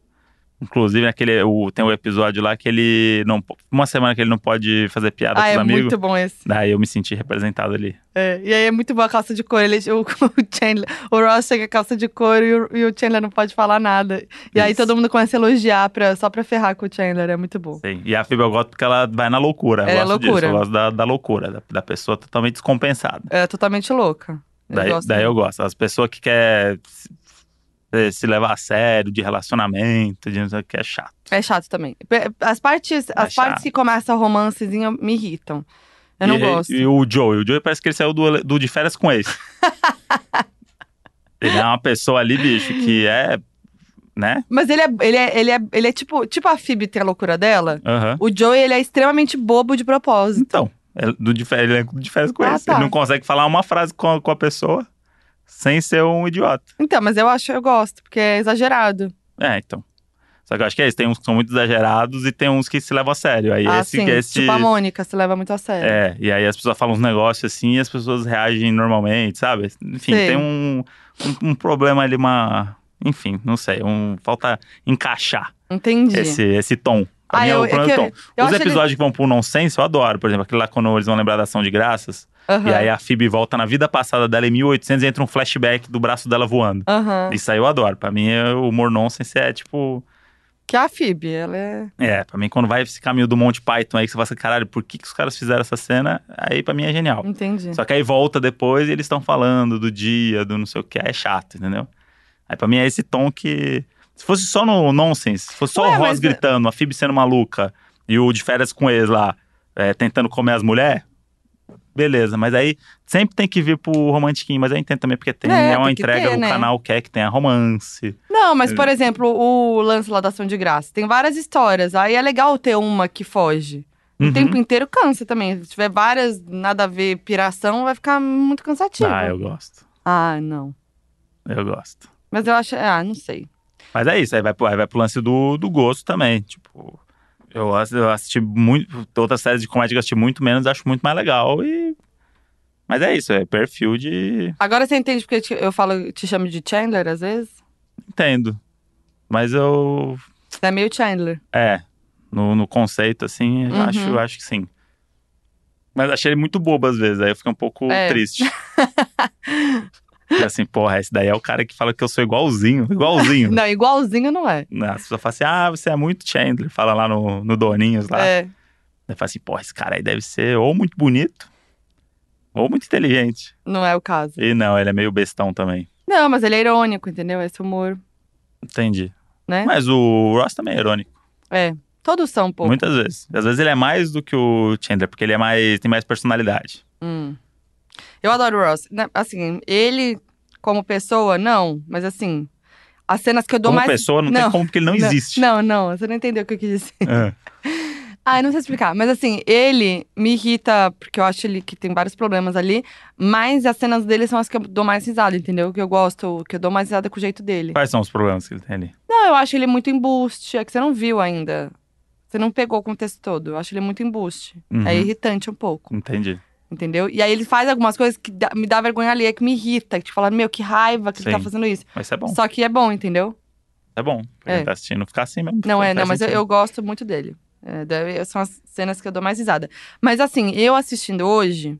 Speaker 1: Inclusive, naquele, o, tem um episódio lá que ele não. po- Uma semana que ele não pode fazer piada
Speaker 2: ah,
Speaker 1: com os
Speaker 2: é
Speaker 1: amigos.
Speaker 2: muito bom esse.
Speaker 1: Daí eu me senti representado ali.
Speaker 2: É, E aí é muito boa a calça de couro. Ele, o, o Chandler, o Ross chega a calça de couro e o, e o Chandler não pode falar nada. E aí
Speaker 1: Isso.
Speaker 2: todo mundo começa a elogiar pra, só pra ferrar com o Chandler. É muito bom.
Speaker 1: Sim. E a Phoebe eu gosto porque ela vai na loucura. Eu
Speaker 2: Ela é
Speaker 1: gosto
Speaker 2: loucura.
Speaker 1: disso, eu gosto da, da loucura, da, da pessoa totalmente descompensada.
Speaker 2: É totalmente louca. Eu
Speaker 1: daí
Speaker 2: gosto
Speaker 1: daí eu gosto. As pessoas que quer se, se- se levar a sério, de relacionamento, de não sei o que, é chato.
Speaker 2: É chato também. Pe- As partes, as
Speaker 1: É chato.
Speaker 2: partes que começam o romancezinho me irritam. Eu não
Speaker 1: e,
Speaker 2: gosto.
Speaker 1: E o Joey, o Joey parece que ele saiu do, do de férias com ex. ele é uma pessoa ali, bicho, que é, né?
Speaker 2: Mas ele é, ele é, ele é, ele é tipo, tipo a Phoebe tem a loucura dela.
Speaker 1: Aham.
Speaker 2: O Joey, ele é extremamente bobo de propósito.
Speaker 1: Então, é do de férias, ele é de férias com
Speaker 2: Ah,
Speaker 1: ex.
Speaker 2: tá.
Speaker 1: Ele não consegue falar uma frase com a, com a pessoa sem ser um idiota.
Speaker 2: Então, mas eu acho, eu gosto, porque é exagerado.
Speaker 1: É, então. Só que eu acho que é isso. Tem uns que são muito exagerados e tem uns que se levam a sério. Aí
Speaker 2: ah,
Speaker 1: esse,
Speaker 2: sim.
Speaker 1: esse
Speaker 2: Tipo a Mônica, se leva muito a sério.
Speaker 1: É, e aí as pessoas falam uns negócios assim e as pessoas reagem normalmente, sabe? Enfim,
Speaker 2: Sei.
Speaker 1: tem um, um, um problema ali, uma. Enfim, não sei. Um, falta encaixar
Speaker 2: Entendi.
Speaker 1: É. esse, esse tom. Pra
Speaker 2: Ah,
Speaker 1: mim,
Speaker 2: eu-
Speaker 1: o
Speaker 2: é
Speaker 1: problema é
Speaker 2: que
Speaker 1: o
Speaker 2: eu-
Speaker 1: tom.
Speaker 2: eu
Speaker 1: Os
Speaker 2: acho ele-
Speaker 1: episódios que vão pro nonsense, eu adoro. Por exemplo, aquele lá quando eles vão lembrar da ação de graças.
Speaker 2: Aham.
Speaker 1: E aí a Phoebe volta na vida passada dela em 1800 e entra um flashback do braço dela voando.
Speaker 2: Aham.
Speaker 1: Isso aí eu adoro. Pra mim, é- o humor nonsense é tipo.
Speaker 2: Que a Phoebe, ela é.
Speaker 1: É, pra mim, quando vai esse caminho do Monty Python aí, que você fala assim, caralho, por que, que os caras fizeram essa cena? Aí pra mim é genial.
Speaker 2: Entendi.
Speaker 1: Só que aí volta depois e eles estão falando do dia, do não sei o que, é chato, entendeu? Aí pra mim é esse tom que. Se fosse só no nonsense, se fosse só
Speaker 2: Ué,
Speaker 1: o Ross
Speaker 2: mas- é
Speaker 1: gritando, a Phoebe sendo maluca e o de férias com eles lá, é, tentando comer as mulheres, beleza. Mas aí sempre tem que vir pro romantiquinho, mas eu entendo também porque tem,
Speaker 2: É,
Speaker 1: é, uma
Speaker 2: tem que
Speaker 1: entrega,
Speaker 2: ter,
Speaker 1: o
Speaker 2: né?
Speaker 1: canal quer que tenha romance.
Speaker 2: Não, mas por exemplo, o lance lá da ação de graça. Tem várias histórias. Aí é legal ter uma que foge. O
Speaker 1: Uhum.
Speaker 2: tempo inteiro cansa também. Se tiver várias, nada a ver, piração, vai ficar muito cansativo.
Speaker 1: Ah, eu gosto.
Speaker 2: Ah, não.
Speaker 1: Eu gosto.
Speaker 2: Mas eu acho. Ah, não sei.
Speaker 1: Mas é isso, aí vai pro, aí vai pro lance do, do gosto também. Tipo, eu, ass- eu assisti muito. Outras séries de comédia que eu assisti muito menos, acho muito mais legal. E. Mas é isso, é perfil de.
Speaker 2: Agora você entende porque eu te- eu falo, te chamo de Chandler às vezes?
Speaker 1: Entendo. Mas eu.
Speaker 2: Você é meio Chandler.
Speaker 1: É. No, no conceito, assim, eu
Speaker 2: Uhum.
Speaker 1: acho, acho que sim. Mas achei ele muito bobo às vezes, aí eu fiquei um pouco
Speaker 2: É.
Speaker 1: triste. Fiquei assim, porra, esse daí é o cara que fala que eu sou igualzinho, igualzinho.
Speaker 2: Não, igualzinho não é.
Speaker 1: As pessoas falam assim, ah, você é muito Chandler, fala lá no, no Doninhos lá.
Speaker 2: É.
Speaker 1: Aí fala assim, porra, esse cara aí deve ser ou muito bonito, ou muito inteligente.
Speaker 2: Não é o caso.
Speaker 1: E não, ele é meio bestão também.
Speaker 2: Não, mas ele é irônico, entendeu? Esse humor,
Speaker 1: Entendi.
Speaker 2: né?
Speaker 1: Mas o Ross também é irônico,
Speaker 2: É. Todos são um pouco.
Speaker 1: muitas vezes. Às vezes ele é mais do que o Chandler, porque ele é mais, tem mais personalidade.
Speaker 2: Hum. Eu adoro o Ross. Na- Assim, ele como pessoa, não. Mas assim, as cenas que eu dou
Speaker 1: Como
Speaker 2: mais.
Speaker 1: pessoa, não,
Speaker 2: não.
Speaker 1: tem como, porque ele não, existe.
Speaker 2: Não, não, você não entendeu o que eu quis dizer.
Speaker 1: É.
Speaker 2: Ah, eu não sei explicar. Mas assim, ele me irrita, porque eu acho ele que tem vários problemas ali. Mas as cenas dele são as que eu dou mais risada, entendeu? Que eu gosto, que eu dou mais risada com o jeito dele.
Speaker 1: Quais são os problemas que ele tem ali?
Speaker 2: Não, eu acho ele muito embuste. É que você não viu ainda. Você não pegou o contexto todo. Eu acho ele muito embuste.
Speaker 1: Uhum.
Speaker 2: É irritante um pouco,
Speaker 1: Entendi.
Speaker 2: entendeu? E aí ele faz algumas coisas que dá- me dá vergonha alheia, que me irrita. Que te fala, meu, que raiva que ele tá
Speaker 1: Sim.
Speaker 2: fazendo isso.
Speaker 1: Mas isso é bom.
Speaker 2: Só que é bom, entendeu?
Speaker 1: É bom. Pra
Speaker 2: É.
Speaker 1: quem tá assistindo, ficar assim mesmo.
Speaker 2: Não é,
Speaker 1: faz
Speaker 2: não, mas eu,
Speaker 1: sentido.
Speaker 2: eu gosto muito dele. É, daí são as cenas que eu dou mais risada. Mas assim, eu assistindo hoje,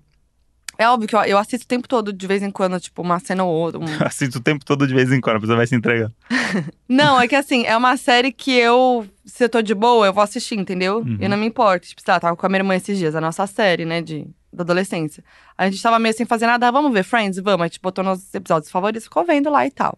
Speaker 2: é óbvio que eu, eu assisto o tempo todo, de vez em quando, tipo, uma cena ou outra. um-
Speaker 1: Assisto o tempo todo de vez em quando, a pessoa vai se entregando.
Speaker 2: Não, é que assim, é uma série que eu, se eu tô de boa, eu vou assistir, entendeu?
Speaker 1: Uhum.
Speaker 2: Eu não me importo. Tipo, sei lá, tava com a minha irmã esses dias, a nossa série, né, de, da adolescência. A gente tava meio sem fazer nada, ah, vamos ver Friends? Vamos. A gente botou nos episódios favoritos, ficou vendo lá e tal.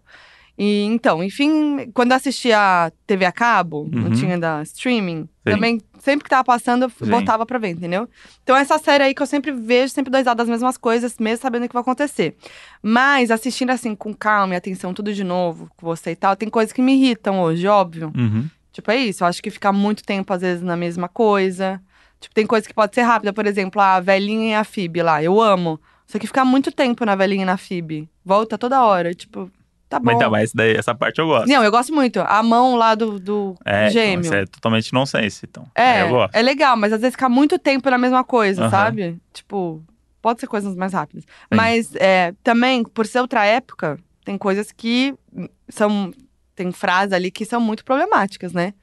Speaker 2: E então, enfim, quando eu assistia TV a cabo, não
Speaker 1: Uhum.
Speaker 2: tinha da streaming,
Speaker 1: Sim.
Speaker 2: também, sempre que tava passando, eu f-
Speaker 1: Sim.
Speaker 2: botava pra ver, entendeu? Então, essa série aí que eu sempre vejo, sempre dois das mesmas coisas, mesmo sabendo o que vai acontecer. Mas assistindo assim, com calma e atenção, tudo de novo com você e tal, tem coisas que me irritam hoje, óbvio.
Speaker 1: Uhum.
Speaker 2: Tipo, é isso. Eu acho que ficar muito tempo, às vezes, na mesma coisa. Tipo, tem coisa que pode ser rápida, por exemplo, a velhinha e a Fib lá. Eu amo. Só que ficar muito tempo na velhinha e na Fib. Volta toda hora. Tipo, tá bom.
Speaker 1: Mas então, mas esse daí- essa parte eu gosto.
Speaker 2: Não, eu gosto muito. A mão lá do, do
Speaker 1: É, então,
Speaker 2: gêmeo.
Speaker 1: isso é totalmente nonsense, então.
Speaker 2: É,
Speaker 1: eu gosto.
Speaker 2: é legal, mas às vezes ficar muito tempo na mesma coisa,
Speaker 1: Aham.
Speaker 2: sabe? Tipo, pode ser coisas mais rápidas. Mas é, também, por ser outra época, tem coisas que são. Tem frases ali que são muito problemáticas, né?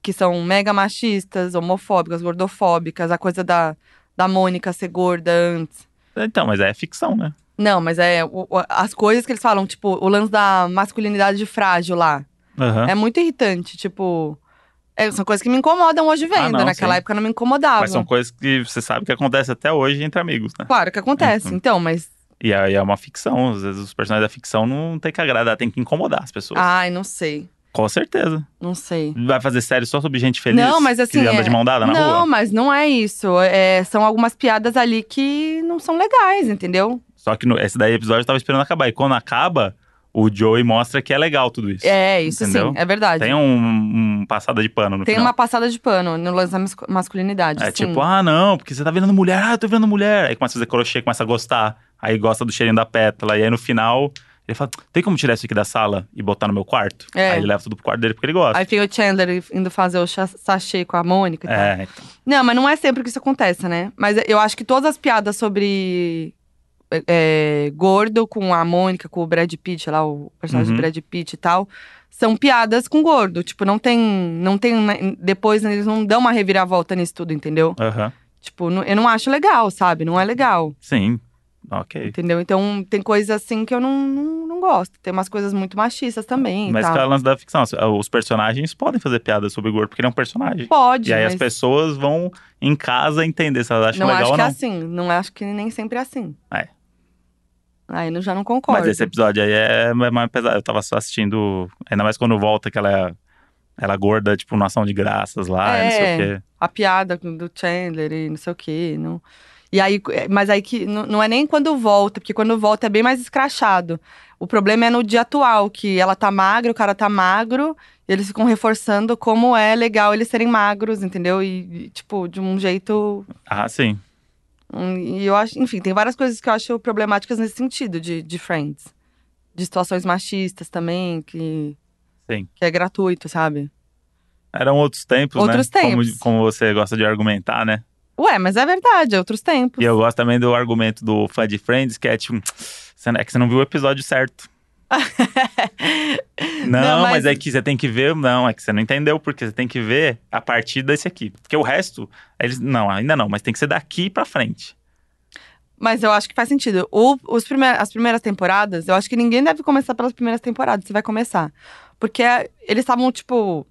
Speaker 2: Que são mega machistas, homofóbicas, gordofóbicas, a coisa da, da Mônica ser gorda antes.
Speaker 1: Então, mas é ficção, né?
Speaker 2: Não, mas é o- o- as coisas que eles falam, tipo, o lance da masculinidade frágil lá.
Speaker 1: Aham.
Speaker 2: É muito irritante, tipo. é, são coisas que me incomodam hoje vendo.
Speaker 1: Ah, não,
Speaker 2: Naquela
Speaker 1: sim.
Speaker 2: época não me incomodava.
Speaker 1: Mas são coisas que você sabe que acontece até hoje entre amigos, né?
Speaker 2: Claro que acontece,
Speaker 1: Uhum.
Speaker 2: então, mas.
Speaker 1: E aí é uma ficção. Às vezes os personagens da ficção não tem que agradar, tem que incomodar as pessoas.
Speaker 2: Ai, não sei.
Speaker 1: Com certeza.
Speaker 2: Não sei.
Speaker 1: Vai fazer série só sobre gente feliz?
Speaker 2: Não, mas assim,
Speaker 1: Que anda
Speaker 2: é-
Speaker 1: de mão dada Tá na
Speaker 2: não,
Speaker 1: rua?
Speaker 2: mas não é isso. É, são algumas piadas ali que não são legais, entendeu?
Speaker 1: Só que no, esse daí episódio eu tava esperando acabar. E quando acaba, o Joey mostra que é legal tudo isso.
Speaker 2: É, isso
Speaker 1: Entendeu?
Speaker 2: sim, é verdade.
Speaker 1: Tem um, um passada de pano no
Speaker 2: Tem
Speaker 1: final.
Speaker 2: uma passada de pano no lance da mascu- masculinidade.
Speaker 1: É
Speaker 2: sim.
Speaker 1: tipo, ah, não, porque você tá virando mulher, ah, eu tô virando mulher. Aí começa a fazer crochê, começa a gostar. Aí gosta do cheirinho da pétala. E aí no final, ele fala: tem como tirar isso aqui da sala e botar no meu quarto?
Speaker 2: É.
Speaker 1: Aí ele leva tudo pro quarto dele porque ele gosta.
Speaker 2: Aí tem o Chandler indo fazer o cha- sachê com a Mônica e tal.
Speaker 1: é, então.
Speaker 2: Não, mas não é sempre que isso acontece, né? Mas eu acho que todas as piadas sobre é, é, gordo com a Mônica, com o Brad Pitt, sei lá, o personagem do
Speaker 1: Uhum.
Speaker 2: Brad Pitt e tal, são piadas com gordo. Tipo, não tem. Não tem. né, Depois né, eles não dão uma reviravolta nisso tudo, entendeu?
Speaker 1: Aham.
Speaker 2: Tipo, não- eu não acho legal, sabe? Não é legal.
Speaker 1: Sim. Ok.
Speaker 2: Entendeu? Então tem coisas assim que eu não, não, não gosto. Tem umas coisas muito machistas também.
Speaker 1: Mas
Speaker 2: e
Speaker 1: que é
Speaker 2: tal.
Speaker 1: o lance da ficção. Os personagens podem fazer piada sobre o gordo, porque ele é um personagem.
Speaker 2: Pode.
Speaker 1: E aí
Speaker 2: mas
Speaker 1: as pessoas vão em casa entender se elas acham
Speaker 2: não
Speaker 1: legal
Speaker 2: acho
Speaker 1: ou
Speaker 2: que é
Speaker 1: não.
Speaker 2: assim. Não acho que nem sempre é assim.
Speaker 1: É.
Speaker 2: Aí eu já não concordo.
Speaker 1: Mas esse episódio aí é mais pesado. Eu tava só assistindo. Ainda mais quando volta que ela é, ela é gorda, tipo, numa ação de graças lá, não sei
Speaker 2: É.
Speaker 1: o quê.
Speaker 2: a piada do Chandler e não sei o quê. Não... E aí, mas aí que não, não é nem quando volta, porque quando volta é bem mais escrachado. O problema é no dia atual, que ela tá magra, o cara tá magro, e eles ficam reforçando como é legal eles serem magros, entendeu? E, e, tipo, de um jeito.
Speaker 1: Ah, sim.
Speaker 2: hum, E eu acho, enfim, tem várias coisas que eu acho problemáticas nesse sentido de, de Friends. De situações machistas também, que,
Speaker 1: Sim.
Speaker 2: que é gratuito, sabe?
Speaker 1: Eram outros tempos,
Speaker 2: Outros
Speaker 1: né?
Speaker 2: tempos.
Speaker 1: Como, como você gosta de argumentar, né?
Speaker 2: Ué, mas é verdade, é outros tempos.
Speaker 1: E eu gosto também do argumento do fã de Friends, que é tipo, "Você não- é que você não viu o episódio certo. Não,
Speaker 2: Não, mas-
Speaker 1: mas... é que você tem que ver, não, é que você não entendeu, porque você tem que ver a partir desse aqui. Porque o resto, eles. Não, ainda não, mas tem que ser daqui pra frente.
Speaker 2: Mas eu acho que faz sentido. O- os prime- as primeiras temporadas, eu acho que ninguém deve começar pelas primeiras temporadas. Você vai começar. Porque é, eles estavam, tipo.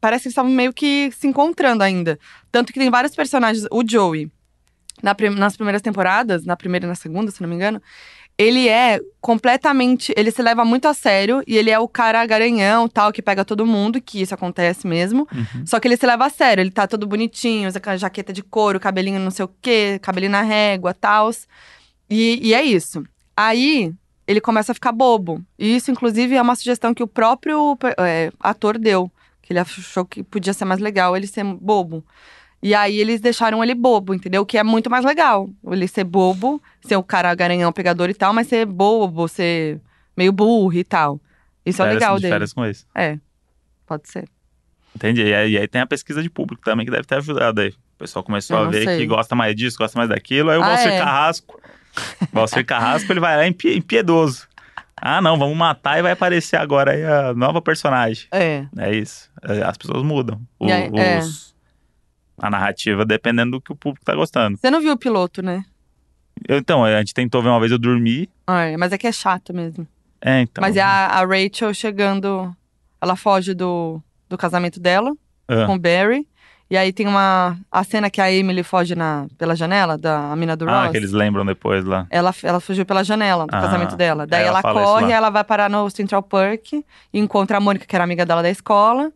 Speaker 2: Parece que eles estavam meio que se encontrando ainda. Tanto que tem vários personagens. O Joey, na prim- nas primeiras temporadas, na primeira e na segunda, se não me engano, ele é completamente. Ele se leva muito a sério e ele é o cara garanhão, tal, que pega todo mundo, que isso acontece mesmo. Só que ele se leva a sério, ele tá todo bonitinho, usa aquela jaqueta de couro, cabelinho não sei o quê, cabelinho na régua, tals. E, e é isso. Aí ele começa a ficar bobo. E isso, inclusive, é uma sugestão que o próprio é, ator deu. Que ele achou que podia ser mais legal ele ser bobo. E aí eles deixaram ele bobo, entendeu? Que é muito mais legal. Ele ser bobo, ser o cara garanhão, pegador e tal, mas ser bobo, ser meio burro e tal. Isso é
Speaker 1: Férias-
Speaker 2: legal
Speaker 1: de
Speaker 2: dele.
Speaker 1: férias com isso.
Speaker 2: Pode ser.
Speaker 1: Entendi. E aí, e aí tem a pesquisa de público também que deve ter ajudado aí. O pessoal começou
Speaker 2: Eu
Speaker 1: a
Speaker 2: não
Speaker 1: ver
Speaker 2: sei.
Speaker 1: que gosta mais disso, gosta mais daquilo. Aí o
Speaker 2: Ah,
Speaker 1: Valcer
Speaker 2: é.
Speaker 1: Carrasco. Valcer Carrasco, ele vai lá impie- impiedoso. Ah, não, vamos matar e vai aparecer agora aí a nova personagem.
Speaker 2: É.
Speaker 1: É isso. É, As pessoas mudam.
Speaker 2: E aí- é.
Speaker 1: Os- A narrativa, dependendo do que o público tá gostando.
Speaker 2: Você não viu o piloto, né?
Speaker 1: Eu, então, a gente tentou ver uma vez eu dormi.
Speaker 2: Ai, mas é que é chato mesmo.
Speaker 1: É, então.
Speaker 2: Mas é a, a Rachel chegando. Ela foge do, do casamento dela
Speaker 1: Ah.
Speaker 2: com o Barry. E aí tem uma. A cena que a Emily foge na, pela janela, da a mina do
Speaker 1: Ah,
Speaker 2: Ross.
Speaker 1: que eles lembram depois lá.
Speaker 2: Ela, ela fugiu pela janela do
Speaker 1: Ah,
Speaker 2: casamento dela. Daí
Speaker 1: é, ela
Speaker 2: ela,
Speaker 1: fala isso
Speaker 2: corre,
Speaker 1: lá.
Speaker 2: ela vai parar no Central Park e encontra a Mônica, que era amiga dela da escola.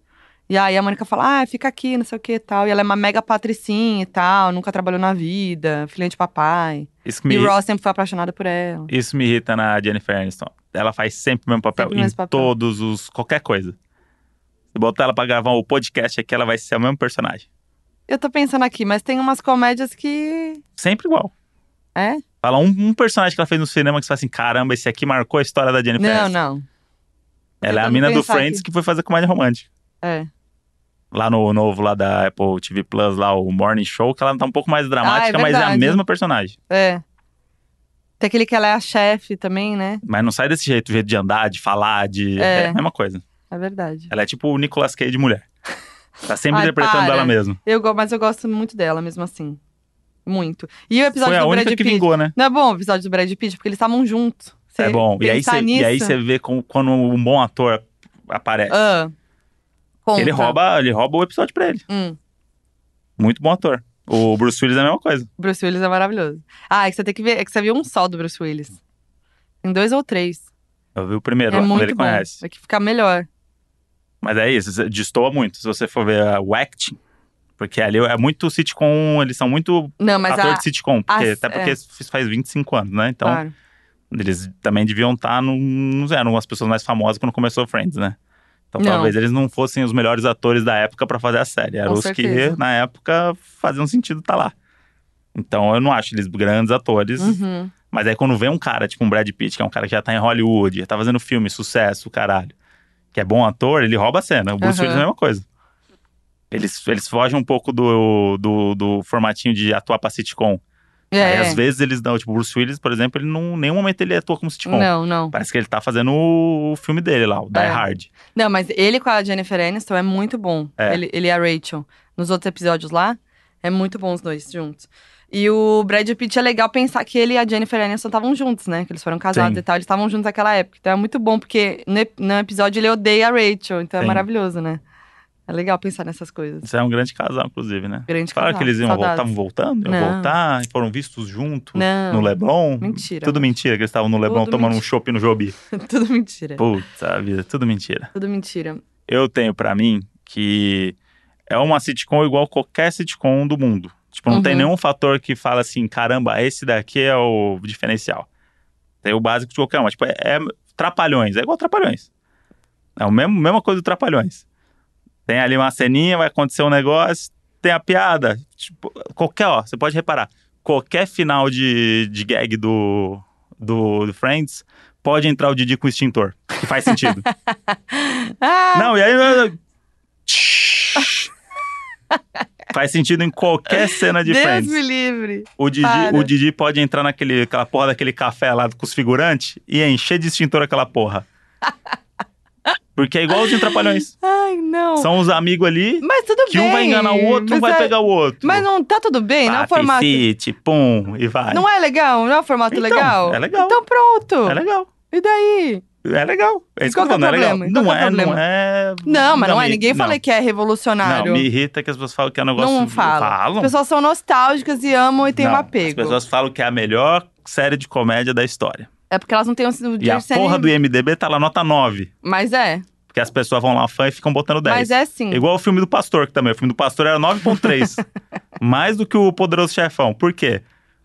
Speaker 2: E aí a Mônica fala, ah, fica aqui, não sei o que e tal. E ela é uma mega patricinha e tal, nunca trabalhou na vida, filha de papai.
Speaker 1: Isso que me,
Speaker 2: E o Ross sempre foi apaixonado por ela.
Speaker 1: isso me irrita na Jennifer Aniston. Ela faz sempre o mesmo papel.
Speaker 2: Sempre o
Speaker 1: em
Speaker 2: mesmo papel.
Speaker 1: todos os. qualquer coisa. Se botar ela pra gravar o podcast aqui, ela vai ser o mesmo personagem.
Speaker 2: Eu tô pensando aqui, mas tem umas comédias que.
Speaker 1: Sempre igual.
Speaker 2: É?
Speaker 1: Fala um, um personagem que ela fez no cinema que você fala assim: caramba, esse aqui marcou a história da Jennifer
Speaker 2: Não,
Speaker 1: Aniston.
Speaker 2: não.
Speaker 1: Ela é a
Speaker 2: tentando
Speaker 1: mina do
Speaker 2: pensar
Speaker 1: Friends que foi fazer comédia romântica.
Speaker 2: É.
Speaker 1: Lá no novo, lá da Apple TV Plus, lá o Morning Show, que ela tá um pouco mais dramática, mas é a
Speaker 2: Ah, verdade.
Speaker 1: mesma personagem.
Speaker 2: É. Tem aquele que ela é a chefe também, né?
Speaker 1: Mas não sai desse jeito, jeito de andar, de falar, de.
Speaker 2: É.
Speaker 1: É, a mesma coisa.
Speaker 2: É verdade.
Speaker 1: Ela é tipo o Nicolas Cage de mulher. Tá sempre
Speaker 2: Ai,
Speaker 1: interpretando
Speaker 2: para.
Speaker 1: ela mesma.
Speaker 2: Eu, go- mas eu gosto muito dela, mesmo assim. Muito. E o episódio
Speaker 1: Foi a
Speaker 2: do Brad
Speaker 1: única que
Speaker 2: Pitt.
Speaker 1: vingou, né?
Speaker 2: Não é bom o episódio do Brad Pitt, porque eles estavam juntos. Você
Speaker 1: é bom. E aí,
Speaker 2: pensar
Speaker 1: você,
Speaker 2: nisso,
Speaker 1: e aí você vê com- quando um bom ator aparece.
Speaker 2: Ah, conta.
Speaker 1: ele rouba, ele rouba o episódio pra ele.
Speaker 2: Hum,
Speaker 1: Muito bom ator. O Bruce Willis é a mesma coisa.
Speaker 2: Bruce Willis é maravilhoso. Ah, é que você tem que ver. É que você viu um só do Bruce Willis. Tem dois ou três.
Speaker 1: Eu vi o primeiro,
Speaker 2: é
Speaker 1: lá, quando ele
Speaker 2: muito bom.
Speaker 1: conhece.
Speaker 2: É que fica melhor.
Speaker 1: Mas é isso, você- destoa muito. Se você for ver ah, o acting, porque ali é muito sitcom, eles são muito
Speaker 2: Não, mas
Speaker 1: ator
Speaker 2: a.
Speaker 1: de sitcom. Porque,
Speaker 2: as- é. Ah,
Speaker 1: até porque isso faz 25 anos, né? Então,
Speaker 2: claro.
Speaker 1: eles também deviam estar, no, não eram as pessoas mais famosas quando começou Friends, né? Então
Speaker 2: Não.
Speaker 1: talvez eles não fossem os melhores atores da época pra fazer a série. Eram
Speaker 2: Com
Speaker 1: os
Speaker 2: certeza.
Speaker 1: que, na época, faziam sentido estar lá. Então eu não acho eles grandes atores.
Speaker 2: Uhum.
Speaker 1: Mas aí quando vem um cara, tipo um Brad Pitt, que é um cara que já tá em Hollywood, já tá fazendo filme, sucesso, caralho, que é bom ator, ele rouba a cena. O Bruce
Speaker 2: Aham.
Speaker 1: Willis é a mesma coisa. Eles, eles fogem um pouco do, do, do formatinho de atuar pra sitcom.
Speaker 2: É.
Speaker 1: Aí, às vezes eles dão, tipo, o Bruce Willis, por exemplo, ele não, em nenhum momento ele atua como sitcom.
Speaker 2: Não, não.
Speaker 1: Parece que ele tá fazendo o o filme dele lá, o Die
Speaker 2: É.
Speaker 1: Hard.
Speaker 2: Não, mas ele com a Jennifer Aniston é muito bom.
Speaker 1: É.
Speaker 2: Ele, ele e a Rachel. Nos outros episódios lá, é muito bom os dois juntos. E o Brad Pitt é legal pensar que ele e a Jennifer Aniston estavam juntos, né? Que eles foram casados
Speaker 1: Sim.
Speaker 2: e tal. Eles estavam juntos naquela época. Então é muito bom, porque no, ep- no episódio ele odeia a Rachel. Então é
Speaker 1: Sim.
Speaker 2: maravilhoso, né? É legal pensar nessas coisas.
Speaker 1: Isso é um grande casal, inclusive, né?
Speaker 2: Grande
Speaker 1: Falaram
Speaker 2: casal,
Speaker 1: que eles iam voltar,
Speaker 2: saudades.
Speaker 1: estavam voltando, iam
Speaker 2: Não.
Speaker 1: voltar, e foram vistos juntos
Speaker 2: Não.
Speaker 1: no Leblon.
Speaker 2: Mentira.
Speaker 1: Tudo mentira que eles estavam no Leblon
Speaker 2: Tudo
Speaker 1: tomando um
Speaker 2: mentira.
Speaker 1: chopp no Jobi.
Speaker 2: Tudo mentira.
Speaker 1: Puta vida, tudo mentira.
Speaker 2: Tudo mentira.
Speaker 1: Eu tenho pra mim que é uma sitcom igual qualquer sitcom do mundo. Tipo, não
Speaker 2: Uhum.
Speaker 1: tem nenhum fator que fala assim, caramba, esse daqui é o diferencial. Tem o básico de qualquer uma. Tipo, é, é Trapalhões, é igual Trapalhões. É a mesma, mesma coisa do Trapalhões. Tem ali uma ceninha, vai acontecer um negócio, tem a piada. Tipo, qualquer, ó, você pode reparar. Qualquer final de, de gag do, do, do Friends, pode entrar o Didi com o extintor. Que faz sentido.
Speaker 2: Ah,
Speaker 1: Não, e aí. Faz sentido em qualquer cena é de
Speaker 2: Deus
Speaker 1: Friends.
Speaker 2: me livre.
Speaker 1: O Didi,
Speaker 2: Para.
Speaker 1: o Didi pode entrar naquele, aquela porra daquele café lá com os figurantes e encher de extintor aquela porra. Porque é igual os Trapalhões.
Speaker 2: Ai, não.
Speaker 1: São os amigos ali,
Speaker 2: Mas tudo
Speaker 1: que
Speaker 2: bem.
Speaker 1: um vai enganar o outro, um
Speaker 2: mas
Speaker 1: vai
Speaker 2: é-
Speaker 1: pegar o outro.
Speaker 2: Mas não tá tudo bem, não é um
Speaker 1: Papi,
Speaker 2: formato.
Speaker 1: fit, pum, e vai.
Speaker 2: Não é legal? Não é um formato
Speaker 1: Então,
Speaker 2: legal?
Speaker 1: é legal.
Speaker 2: Então pronto.
Speaker 1: É legal.
Speaker 2: E daí?
Speaker 1: É legal. É isso que eu
Speaker 2: Qual
Speaker 1: tô
Speaker 2: que é o
Speaker 1: falando, é legal.
Speaker 2: problema? Qual
Speaker 1: Não
Speaker 2: que é o
Speaker 1: é, não
Speaker 2: problema?
Speaker 1: é.
Speaker 2: Não, mas não, é.
Speaker 1: me-
Speaker 2: Ninguém
Speaker 1: não.
Speaker 2: falei que é
Speaker 1: Não,
Speaker 2: revolucionário.
Speaker 1: me irrita que as pessoas falam que é um negócio.
Speaker 2: Não fala. As
Speaker 1: Falam.
Speaker 2: pessoas são nostálgicas e amam e têm um
Speaker 1: Não,
Speaker 2: apego.
Speaker 1: As pessoas falam que é a melhor série de comédia da história.
Speaker 2: É porque é elas não têm o
Speaker 1: E a porra do IMDB tá lá nota 9.
Speaker 2: Mas é.
Speaker 1: Porque as pessoas vão lá fã e ficam botando 10.
Speaker 2: Mas é sim.
Speaker 1: Igual o filme do Pastor, que também. O filme do Pastor era 9.3. Mais do que o Poderoso Chefão. Por quê?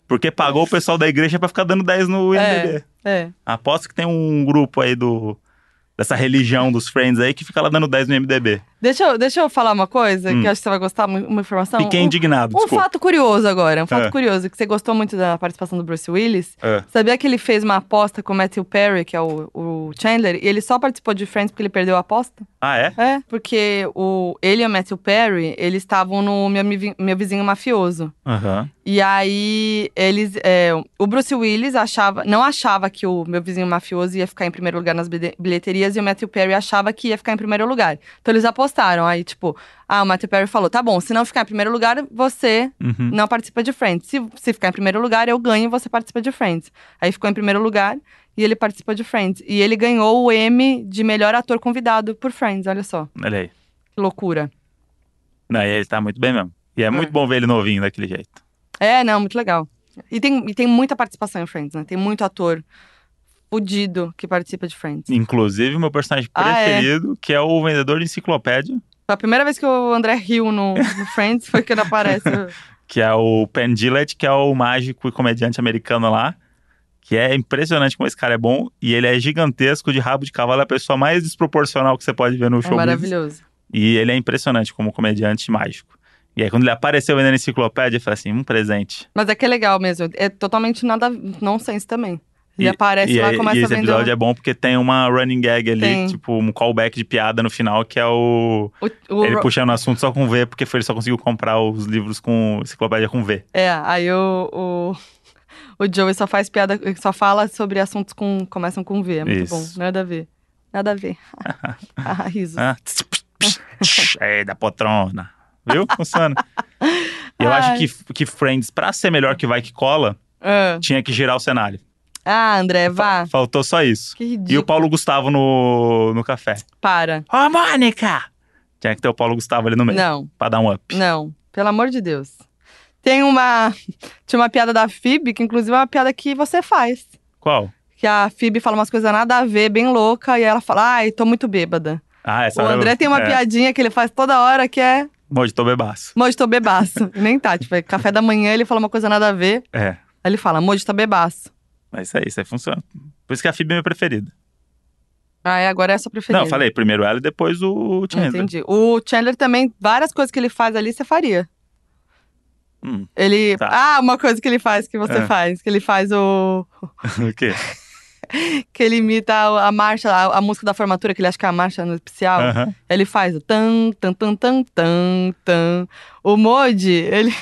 Speaker 1: Porque pagou o pessoal da igreja pra ficar dando 10 no
Speaker 2: É.
Speaker 1: IMDB.
Speaker 2: É.
Speaker 1: Aposto que tem um grupo aí do... Dessa religião dos Friends aí que fica lá dando 10 no IMDB.
Speaker 2: Deixa eu, deixa eu falar uma coisa
Speaker 1: Hum.
Speaker 2: que eu acho que você vai gostar, mu- uma informação.
Speaker 1: Fiquei
Speaker 2: um,
Speaker 1: indignado,
Speaker 2: um
Speaker 1: desculpa.
Speaker 2: fato curioso agora, um fato
Speaker 1: É.
Speaker 2: curioso, que você gostou muito da participação do Bruce Willis.
Speaker 1: É.
Speaker 2: Sabia que ele fez uma aposta com o Matthew Perry, que é o, o Chandler, e ele só participou de Friends porque ele perdeu a aposta?
Speaker 1: Ah, é?
Speaker 2: É, porque o, ele e o Matthew Perry, eles estavam no meu, Mi- meu vizinho mafioso.
Speaker 1: Aham.
Speaker 2: E aí, eles. é, o Bruce Willis achava, não achava que o meu vizinho mafioso ia ficar em primeiro lugar nas bilhe- bilheterias e o Matthew Perry achava que ia ficar em primeiro lugar. Então eles apostaram. Aí, tipo, ah, o Matthew Perry falou: tá bom, se não ficar em primeiro lugar, você
Speaker 1: Uhum.
Speaker 2: não participa de Friends. Se, se ficar em primeiro lugar, eu ganho e você participa de Friends. Aí ficou em primeiro lugar e ele participa de Friends. E ele ganhou o M de melhor ator convidado por Friends, olha só.
Speaker 1: Olha aí.
Speaker 2: Que loucura.
Speaker 1: Não, e ele tá muito bem mesmo. E é muito bom ver ele novinho daquele jeito.
Speaker 2: É, não, muito legal. E tem, e tem muita participação em Friends, né? Tem muito ator fudido que participa de Friends.
Speaker 1: Inclusive, meu personagem
Speaker 2: Ah, é.
Speaker 1: preferido, que é o vendedor de enciclopédia.
Speaker 2: Foi a primeira vez que o André riu no, no Friends foi quando aparece.
Speaker 1: que é o Penn Gillette, que é o mágico e comediante americano lá. Que é impressionante como esse cara é bom. E ele é gigantesco, de rabo de cavalo, é a pessoa mais desproporcional que você pode ver no
Speaker 2: É
Speaker 1: show.
Speaker 2: maravilhoso.
Speaker 1: E ele é impressionante como comediante mágico. E aí, quando ele apareceu vendendo enciclopédia, eu falei assim: um presente.
Speaker 2: Mas é que é legal mesmo. É totalmente nada nonsense também. Ele aparece
Speaker 1: e,
Speaker 2: lá
Speaker 1: é-
Speaker 2: e começa
Speaker 1: e
Speaker 2: a
Speaker 1: esse
Speaker 2: vender.
Speaker 1: episódio é bom porque tem uma running gag ali,
Speaker 2: Tem.
Speaker 1: tipo, um callback de piada no final, que é o.
Speaker 2: o- o-
Speaker 1: é- Ele puxando o assunto só com V, porque foi, ele só conseguiu comprar os livros com enciclopédia com V.
Speaker 2: É, aí o, o, o Joey só faz piada, só fala sobre assuntos com. começam com V. É muito
Speaker 1: Isso.
Speaker 2: bom. Nada a ver. Nada a ver. ah, risos.
Speaker 1: Ah, tss, pss, pss, tss, É, da potrona. Viu? Funciona. E Eu acho
Speaker 2: Ai.
Speaker 1: que, que Friends, pra ser melhor que Vai Que Cola,
Speaker 2: Ah.
Speaker 1: tinha que girar o cenário.
Speaker 2: Ah, André, vá.
Speaker 1: Faltou só isso.
Speaker 2: Que
Speaker 1: E
Speaker 2: ridículo.
Speaker 1: o Paulo Gustavo no, no café.
Speaker 2: Para.
Speaker 1: Ó, Mônica! Tinha que ter o Paulo Gustavo ali no meio,
Speaker 2: Não,
Speaker 1: pra dar um up.
Speaker 2: não. Pelo amor de Deus. Tem uma. Tinha uma piada da Fib, que inclusive é uma piada que você faz.
Speaker 1: Qual?
Speaker 2: Que a Fib fala umas coisas nada a ver, bem louca, e ela fala, ai, tô muito bêbada.
Speaker 1: Ah, essa
Speaker 2: o
Speaker 1: era-
Speaker 2: André tem uma
Speaker 1: é,
Speaker 2: piadinha que ele faz toda hora que é.
Speaker 1: Moji, tô bebaço.
Speaker 2: Moji, tô bebaço. Nem tá, tipo, é café da manhã, ele fala uma coisa nada a ver.
Speaker 1: É,
Speaker 2: Aí ele fala, Moji, tá bebaço.
Speaker 1: mas isso aí, isso aí funciona. Por isso que a Phoebe é minha preferida.
Speaker 2: Aí agora é a sua preferida.
Speaker 1: Não, eu falei, primeiro ela e depois o Chandler.
Speaker 2: Entendi. O Chandler também, várias coisas que ele faz ali, você faria.
Speaker 1: Hum,
Speaker 2: Ele.
Speaker 1: Tá.
Speaker 2: Ah, uma coisa que ele faz que você
Speaker 1: É.
Speaker 2: faz. Que ele faz o.
Speaker 1: o quê?
Speaker 2: Que ele imita a a marcha, a, a música da formatura, que ele acha que é a marcha no especial.
Speaker 1: Aham.
Speaker 2: Ele faz o tan, tan, tan, tan, tan, tan. O Modi, ele.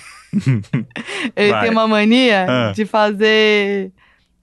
Speaker 2: ele
Speaker 1: Vai.
Speaker 2: tem uma mania
Speaker 1: Ah.
Speaker 2: de fazer.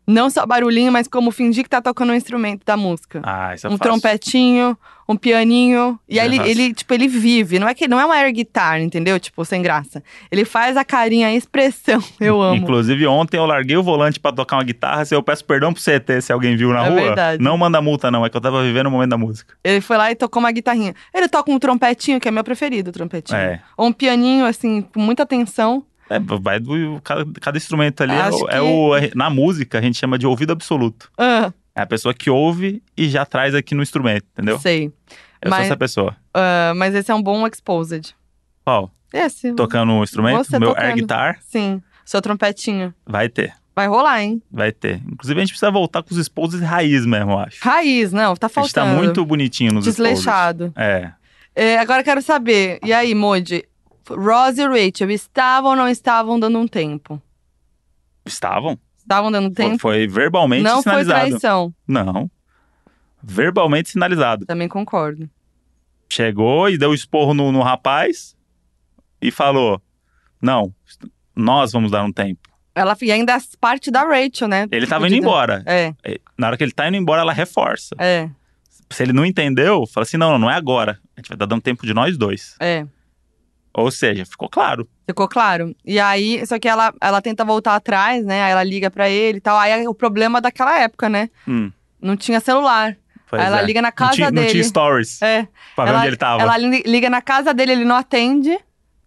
Speaker 2: Não só barulhinho, mas como fingir que tá tocando um instrumento da música.
Speaker 1: Ah, isso eu
Speaker 2: um
Speaker 1: faço.
Speaker 2: trompetinho, um pianinho. E aí
Speaker 1: Eu
Speaker 2: ele,
Speaker 1: faço.
Speaker 2: ele, tipo, ele vive. Não é que não é uma air guitar, entendeu? Tipo, sem graça. Ele faz a carinha, a expressão. Eu amo.
Speaker 1: Inclusive, ontem eu larguei o volante pra tocar uma guitarra. se Eu peço perdão pro CT se alguém viu na
Speaker 2: É
Speaker 1: rua.
Speaker 2: verdade.
Speaker 1: Não manda multa, não. É que eu tava vivendo o momento da música.
Speaker 2: Ele foi lá e tocou uma guitarrinha. Ele toca um trompetinho, que é meu preferido, o trompetinho.
Speaker 1: É.
Speaker 2: Ou um pianinho, assim, com muita atenção.
Speaker 1: É, vai do. Cada, cada instrumento ali é,
Speaker 2: Acho
Speaker 1: o- é o. é- Na música, a gente chama de ouvido absoluto.
Speaker 2: Ah,
Speaker 1: É a pessoa que ouve e já traz aqui no instrumento, entendeu?
Speaker 2: sei.
Speaker 1: Eu
Speaker 2: Mas-
Speaker 1: sou essa pessoa.
Speaker 2: Ah, mas esse é um bom exposed.
Speaker 1: Qual?
Speaker 2: Esse.
Speaker 1: Tocando um instrumento,
Speaker 2: Você
Speaker 1: meu air
Speaker 2: tocando.
Speaker 1: guitar,
Speaker 2: Sim. Seu trompetinho.
Speaker 1: vai ter.
Speaker 2: Vai rolar, hein?
Speaker 1: Vai ter. Inclusive, a gente precisa voltar com os esposos raiz mesmo, eu acho.
Speaker 2: Raiz, não, tá
Speaker 1: a gente tá
Speaker 2: faltando.
Speaker 1: muito bonitinho nos esposos.
Speaker 2: Desleixado.
Speaker 1: É.
Speaker 2: É, agora eu quero saber, e aí, Modi? Rose e Rachel estavam ou não estavam dando um tempo?
Speaker 1: Estavam?
Speaker 2: Estavam
Speaker 1: Foi-
Speaker 2: dando tempo?
Speaker 1: Foi verbalmente
Speaker 2: não foi
Speaker 1: sinalizado.
Speaker 2: traição.
Speaker 1: Não. Verbalmente sinalizado.
Speaker 2: Também concordo.
Speaker 1: Chegou e deu esporro no, no rapaz. e falou: Não, nós vamos dar um tempo.
Speaker 2: Ela e ainda é parte da Rachel, né?
Speaker 1: Ele tava indo embora.
Speaker 2: É,
Speaker 1: Na hora que ele tá indo embora, ela reforça.
Speaker 2: é,
Speaker 1: Se ele não entendeu, fala assim: Não, não, não é agora. A gente vai dar um tempo de nós dois.
Speaker 2: é.
Speaker 1: Ou seja, ficou claro.
Speaker 2: Ficou claro? E aí, só que ela, ela tenta voltar atrás, né? Aí ela liga pra ele e tal. Aí é o problema daquela época, né?
Speaker 1: Hum,
Speaker 2: Não tinha celular.
Speaker 1: pois
Speaker 2: aí ela
Speaker 1: é.
Speaker 2: liga na
Speaker 1: não
Speaker 2: casa
Speaker 1: tinha,
Speaker 2: dele.
Speaker 1: não tinha stories
Speaker 2: É.
Speaker 1: pra ver
Speaker 2: ela,
Speaker 1: onde ele tava.
Speaker 2: ela li- liga na casa dele, ele não atende,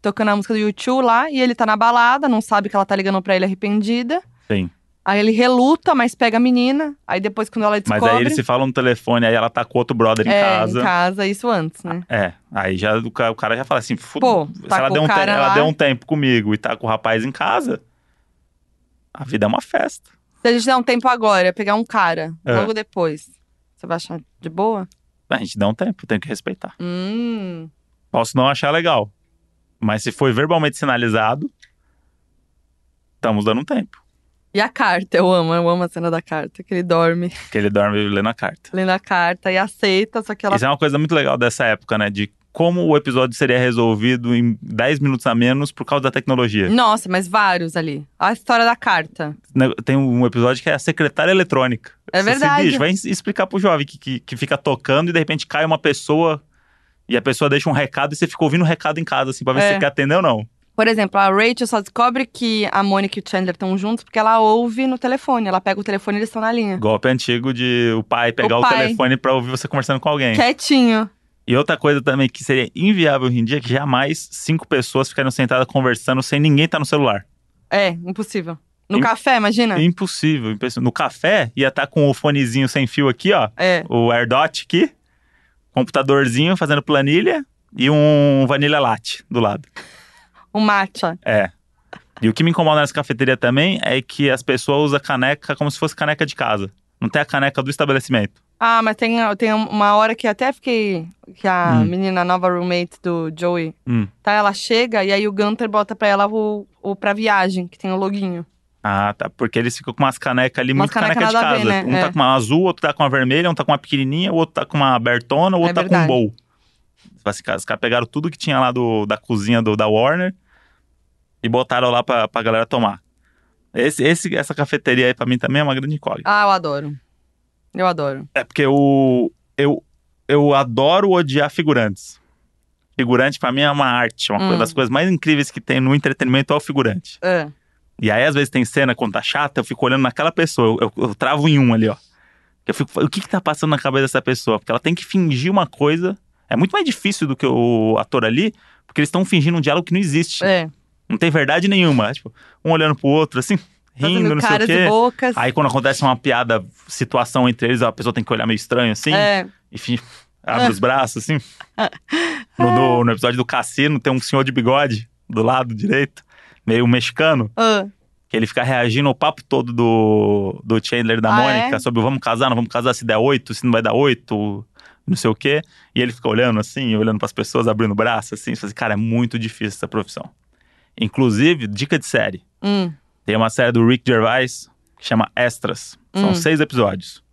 Speaker 2: tocando a música do YouTube lá, e ele tá na balada, não sabe que ela tá ligando pra ele arrependida.
Speaker 1: Sim.
Speaker 2: Aí ele reluta, mas pega a menina. Aí depois, quando ela
Speaker 1: Mas
Speaker 2: descobre.
Speaker 1: aí eles se falam no telefone, aí ela tá com outro brother em
Speaker 2: é,
Speaker 1: casa.
Speaker 2: em casa, isso antes, né?
Speaker 1: É, aí já, o, ca- o cara já fala assim, "Fu-
Speaker 2: Pô,
Speaker 1: se
Speaker 2: tá
Speaker 1: ela,
Speaker 2: com
Speaker 1: deu
Speaker 2: o
Speaker 1: um, te-
Speaker 2: cara
Speaker 1: ela
Speaker 2: lá.
Speaker 1: deu um tempo comigo e tá com o rapaz em casa, a vida é uma festa.
Speaker 2: Se a gente der um tempo agora, pegar um cara,
Speaker 1: É.
Speaker 2: logo depois, você vai achar de boa?
Speaker 1: A gente dá um tempo, tem que respeitar.
Speaker 2: Hum.
Speaker 1: Posso não achar legal, mas se foi verbalmente sinalizado, estamos dando um tempo.
Speaker 2: E a carta, eu amo, eu amo a cena da carta, que ele dorme
Speaker 1: Porque ele dorme lendo a carta.
Speaker 2: lendo a carta e aceita, só que ela.
Speaker 1: Isso é uma coisa muito legal dessa época, né? De como o episódio seria resolvido em 10 minutos a menos por causa da tecnologia.
Speaker 2: Nossa, mas vários ali. A história da carta.
Speaker 1: Ne- Tem um episódio que é a secretária eletrônica. Você
Speaker 2: É
Speaker 1: se
Speaker 2: verdade.
Speaker 1: bicho, vai ens- explicar pro jovem que, que, que fica tocando e de repente cai uma pessoa e a pessoa deixa um recado e você fica ouvindo o recado em casa, assim, pra ver
Speaker 2: É.
Speaker 1: se você quer atender ou não.
Speaker 2: Por exemplo, a Rachel só descobre que a Mônica e o Chandler estão juntos porque ela ouve no telefone. Ela pega o telefone e eles estão na linha.
Speaker 1: Golpe antigo de o pai pegar o,
Speaker 2: pai. é
Speaker 1: telefone pra ouvir você conversando com alguém.
Speaker 2: Quietinho.
Speaker 1: E outra coisa também que seria inviável hoje em dia é que jamais cinco pessoas ficariam sentadas conversando sem ninguém estar no celular.
Speaker 2: É, impossível. No
Speaker 1: Im-
Speaker 2: café, imagina?
Speaker 1: É impossível, impossível. No café ia estar com o fonezinho sem fio aqui, ó.
Speaker 2: É.
Speaker 1: o AirDot aqui, computadorzinho fazendo planilha e um vanilha latte do lado.
Speaker 2: O matcha.
Speaker 1: É. E o que me incomoda nessa cafeteria também é que as pessoas usam caneca como se fosse caneca de casa. Não tem a caneca do estabelecimento.
Speaker 2: Ah, mas tem, tem uma hora que até fiquei. Que a
Speaker 1: Hum.
Speaker 2: menina a nova roommate do Joey,
Speaker 1: Hum.
Speaker 2: tá? Ela chega e aí o Gunter bota pra ela o, o pra viagem, que tem o loguinho.
Speaker 1: Ah, tá. Porque eles ficam com umas canecas ali,
Speaker 2: Umas
Speaker 1: muito caneca,
Speaker 2: caneca
Speaker 1: de
Speaker 2: nada a
Speaker 1: casa.
Speaker 2: ver, né?
Speaker 1: Um
Speaker 2: É.
Speaker 1: tá com uma azul, outro tá com uma vermelha, um tá com uma pequenininha, o outro tá com uma Bertona, o outro tá
Speaker 2: É
Speaker 1: com um
Speaker 2: verdade.
Speaker 1: bowl. Assim, cara, Os caras pegaram tudo que tinha lá do, da cozinha do, da Warner e botaram lá pra, pra galera tomar. Esse, esse- essa cafeteria aí pra mim também é uma grande incógnita.
Speaker 2: Ah, eu adoro. Eu adoro.
Speaker 1: É porque eu, eu, eu adoro odiar figurantes. Figurante pra mim é uma arte, uma
Speaker 2: Hum.
Speaker 1: coisa- das coisas mais incríveis que tem no entretenimento é o figurante.
Speaker 2: É.
Speaker 1: E aí às vezes tem cena quando tá chata, eu fico olhando naquela pessoa, eu, eu- eu travo em um ali, ó. Eu fico, o que que tá passando na cabeça dessa pessoa? Porque ela tem que fingir uma coisa, é muito mais difícil do que o ator ali, porque eles estão fingindo um diálogo que não existe.
Speaker 2: É.
Speaker 1: Não tem verdade nenhuma, tipo, um olhando pro outro assim, rindo,
Speaker 2: Fazendo
Speaker 1: não sei o
Speaker 2: caras
Speaker 1: quê.
Speaker 2: e bocas.
Speaker 1: Aí quando acontece uma piada, situação entre eles, a pessoa tem que olhar meio estranho assim
Speaker 2: É.
Speaker 1: enfim, abre os braços, assim. No, no- no episódio do cassino, tem um senhor de bigode do lado direito, meio mexicano,
Speaker 2: Ah.
Speaker 1: que ele fica reagindo ao papo todo do, do Chandler e da
Speaker 2: Ah,
Speaker 1: Mônica
Speaker 2: é?
Speaker 1: sobre vamos casar, não vamos casar, se der oito, se não vai dar oito, não sei o quê. E ele fica olhando assim, olhando pras pessoas, abrindo o braço, assim. Você fala assim, cara, é muito difícil essa profissão. Inclusive, dica de série.
Speaker 2: Hum.
Speaker 1: Tem uma série do Rick Gervais que chama Extras. São
Speaker 2: Hum.
Speaker 1: seis episódios.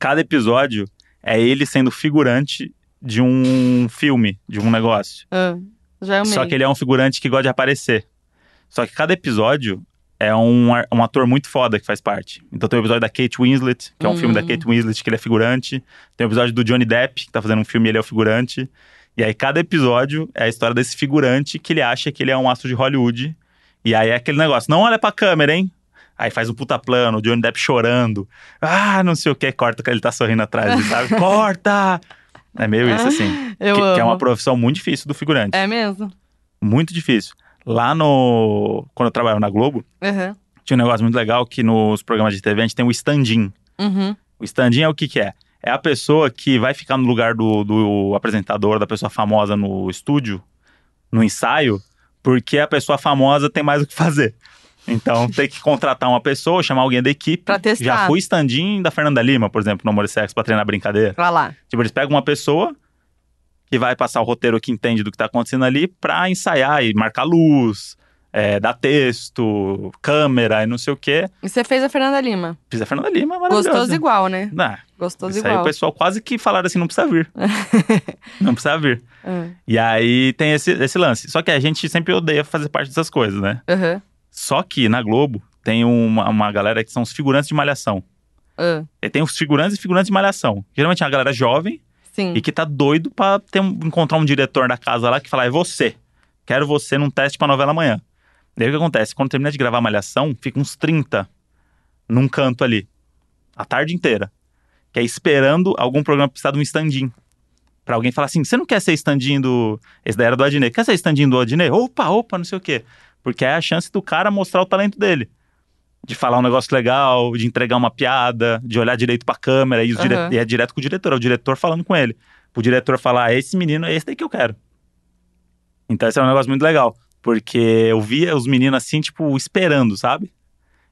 Speaker 1: Cada episódio é ele sendo figurante de um filme, de um negócio.
Speaker 2: Ah, já amei.
Speaker 1: Só que ele é um figurante que gosta de aparecer. Só que cada episódio é um, ar- um ator muito foda que faz parte. Então tem o episódio da Kate Winslet, que é um
Speaker 2: Hum.
Speaker 1: filme da Kate Winslet que ele é figurante. Tem o episódio do Johnny Depp, que tá fazendo um filme e ele é o figurante. E aí cada episódio é a história desse figurante que ele acha que ele é um astro de Hollywood. E aí é aquele negócio, não olha pra câmera, hein? Aí faz um puta plano, o Johnny Depp chorando. Ah, não sei o que, corta que ele tá sorrindo atrás, dele, sabe? corta! É meio isso, assim.
Speaker 2: Ah, Eu
Speaker 1: que,
Speaker 2: amo.
Speaker 1: que é uma profissão muito difícil do figurante.
Speaker 2: É mesmo?
Speaker 1: Muito difícil. Lá no. Quando eu trabalhava na Globo,
Speaker 2: Uhum.
Speaker 1: tinha um negócio muito legal que nos programas de TV a gente tem o stand-in.
Speaker 2: Uhum.
Speaker 1: O stand-in é o que, que é? É a pessoa que vai ficar no lugar do, do apresentador, da pessoa famosa no estúdio, no ensaio, porque a pessoa famosa tem mais o que fazer. Então tem que contratar uma pessoa, chamar alguém da equipe.
Speaker 2: Pra testar.
Speaker 1: Já fui stand-in da Fernanda Lima, por exemplo, no Amor e Sexo, pra treinar brincadeira.
Speaker 2: Pra lá.
Speaker 1: Tipo, eles pegam uma pessoa que vai passar o roteiro que entende do que tá acontecendo ali pra ensaiar e marcar luz, é, dar texto, câmera e não sei o quê.
Speaker 2: E você fez a Fernanda Lima.
Speaker 1: Fiz a Fernanda Lima, é maravilhosa.
Speaker 2: Gostoso igual, né?
Speaker 1: Não,
Speaker 2: Gostoso
Speaker 1: isso aí o
Speaker 2: igual.
Speaker 1: pessoal quase que falaram assim, não precisa vir. não precisa vir.
Speaker 2: É.
Speaker 1: E aí tem esse, esse lance. Só que a gente sempre odeia fazer parte dessas coisas, né?
Speaker 2: Aham.
Speaker 1: Só que na Globo tem uma, uma galera que são os figurantes de malhação.
Speaker 2: Ah,
Speaker 1: E Tem os figurantes e figurantes de malhação. Geralmente é uma galera jovem
Speaker 2: Sim.
Speaker 1: e que tá doido pra ter um- encontrar um diretor da casa lá que fala: é você. Quero você num teste pra novela amanhã. Daí o que acontece? Quando termina de gravar malhação, fica uns 30 num canto ali. A tarde inteira. Que é esperando algum programa precisar de um stand-in. Pra alguém falar assim: você não quer ser stand-in do. Esse daí era do Adnet. Quer ser stand-in do Adnet? Opa, opa, não sei o quê. Porque é a chance do cara mostrar o talento dele. De falar um negócio legal, de entregar uma piada, de olhar direito pra câmera. E, os dire-
Speaker 2: Aham.
Speaker 1: e é direto com o diretor, é o diretor falando com ele. Pro diretor falar: esse menino é esse daí que eu quero. Então esse é um negócio muito legal. Porque eu via os meninos assim, tipo, esperando, sabe?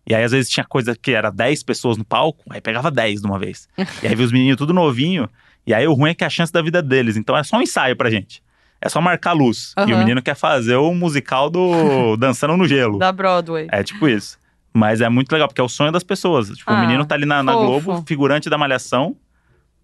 Speaker 1: E aí, às vezes, tinha coisa que era 10 pessoas no palco, aí pegava 10 de uma vez. E aí, via os meninos tudo novinho. E aí, o ruim é que é a chance da vida deles. Então, é só um ensaio pra gente. É só marcar a luz. E o
Speaker 2: Aham.
Speaker 1: menino quer fazer o musical do Dançando no Gelo.
Speaker 2: Da Broadway.
Speaker 1: É tipo isso. Mas é muito legal, porque é o sonho das pessoas. Tipo, o
Speaker 2: Ah,
Speaker 1: menino tá ali na, na
Speaker 2: fofo.
Speaker 1: Globo, figurante da Malhação.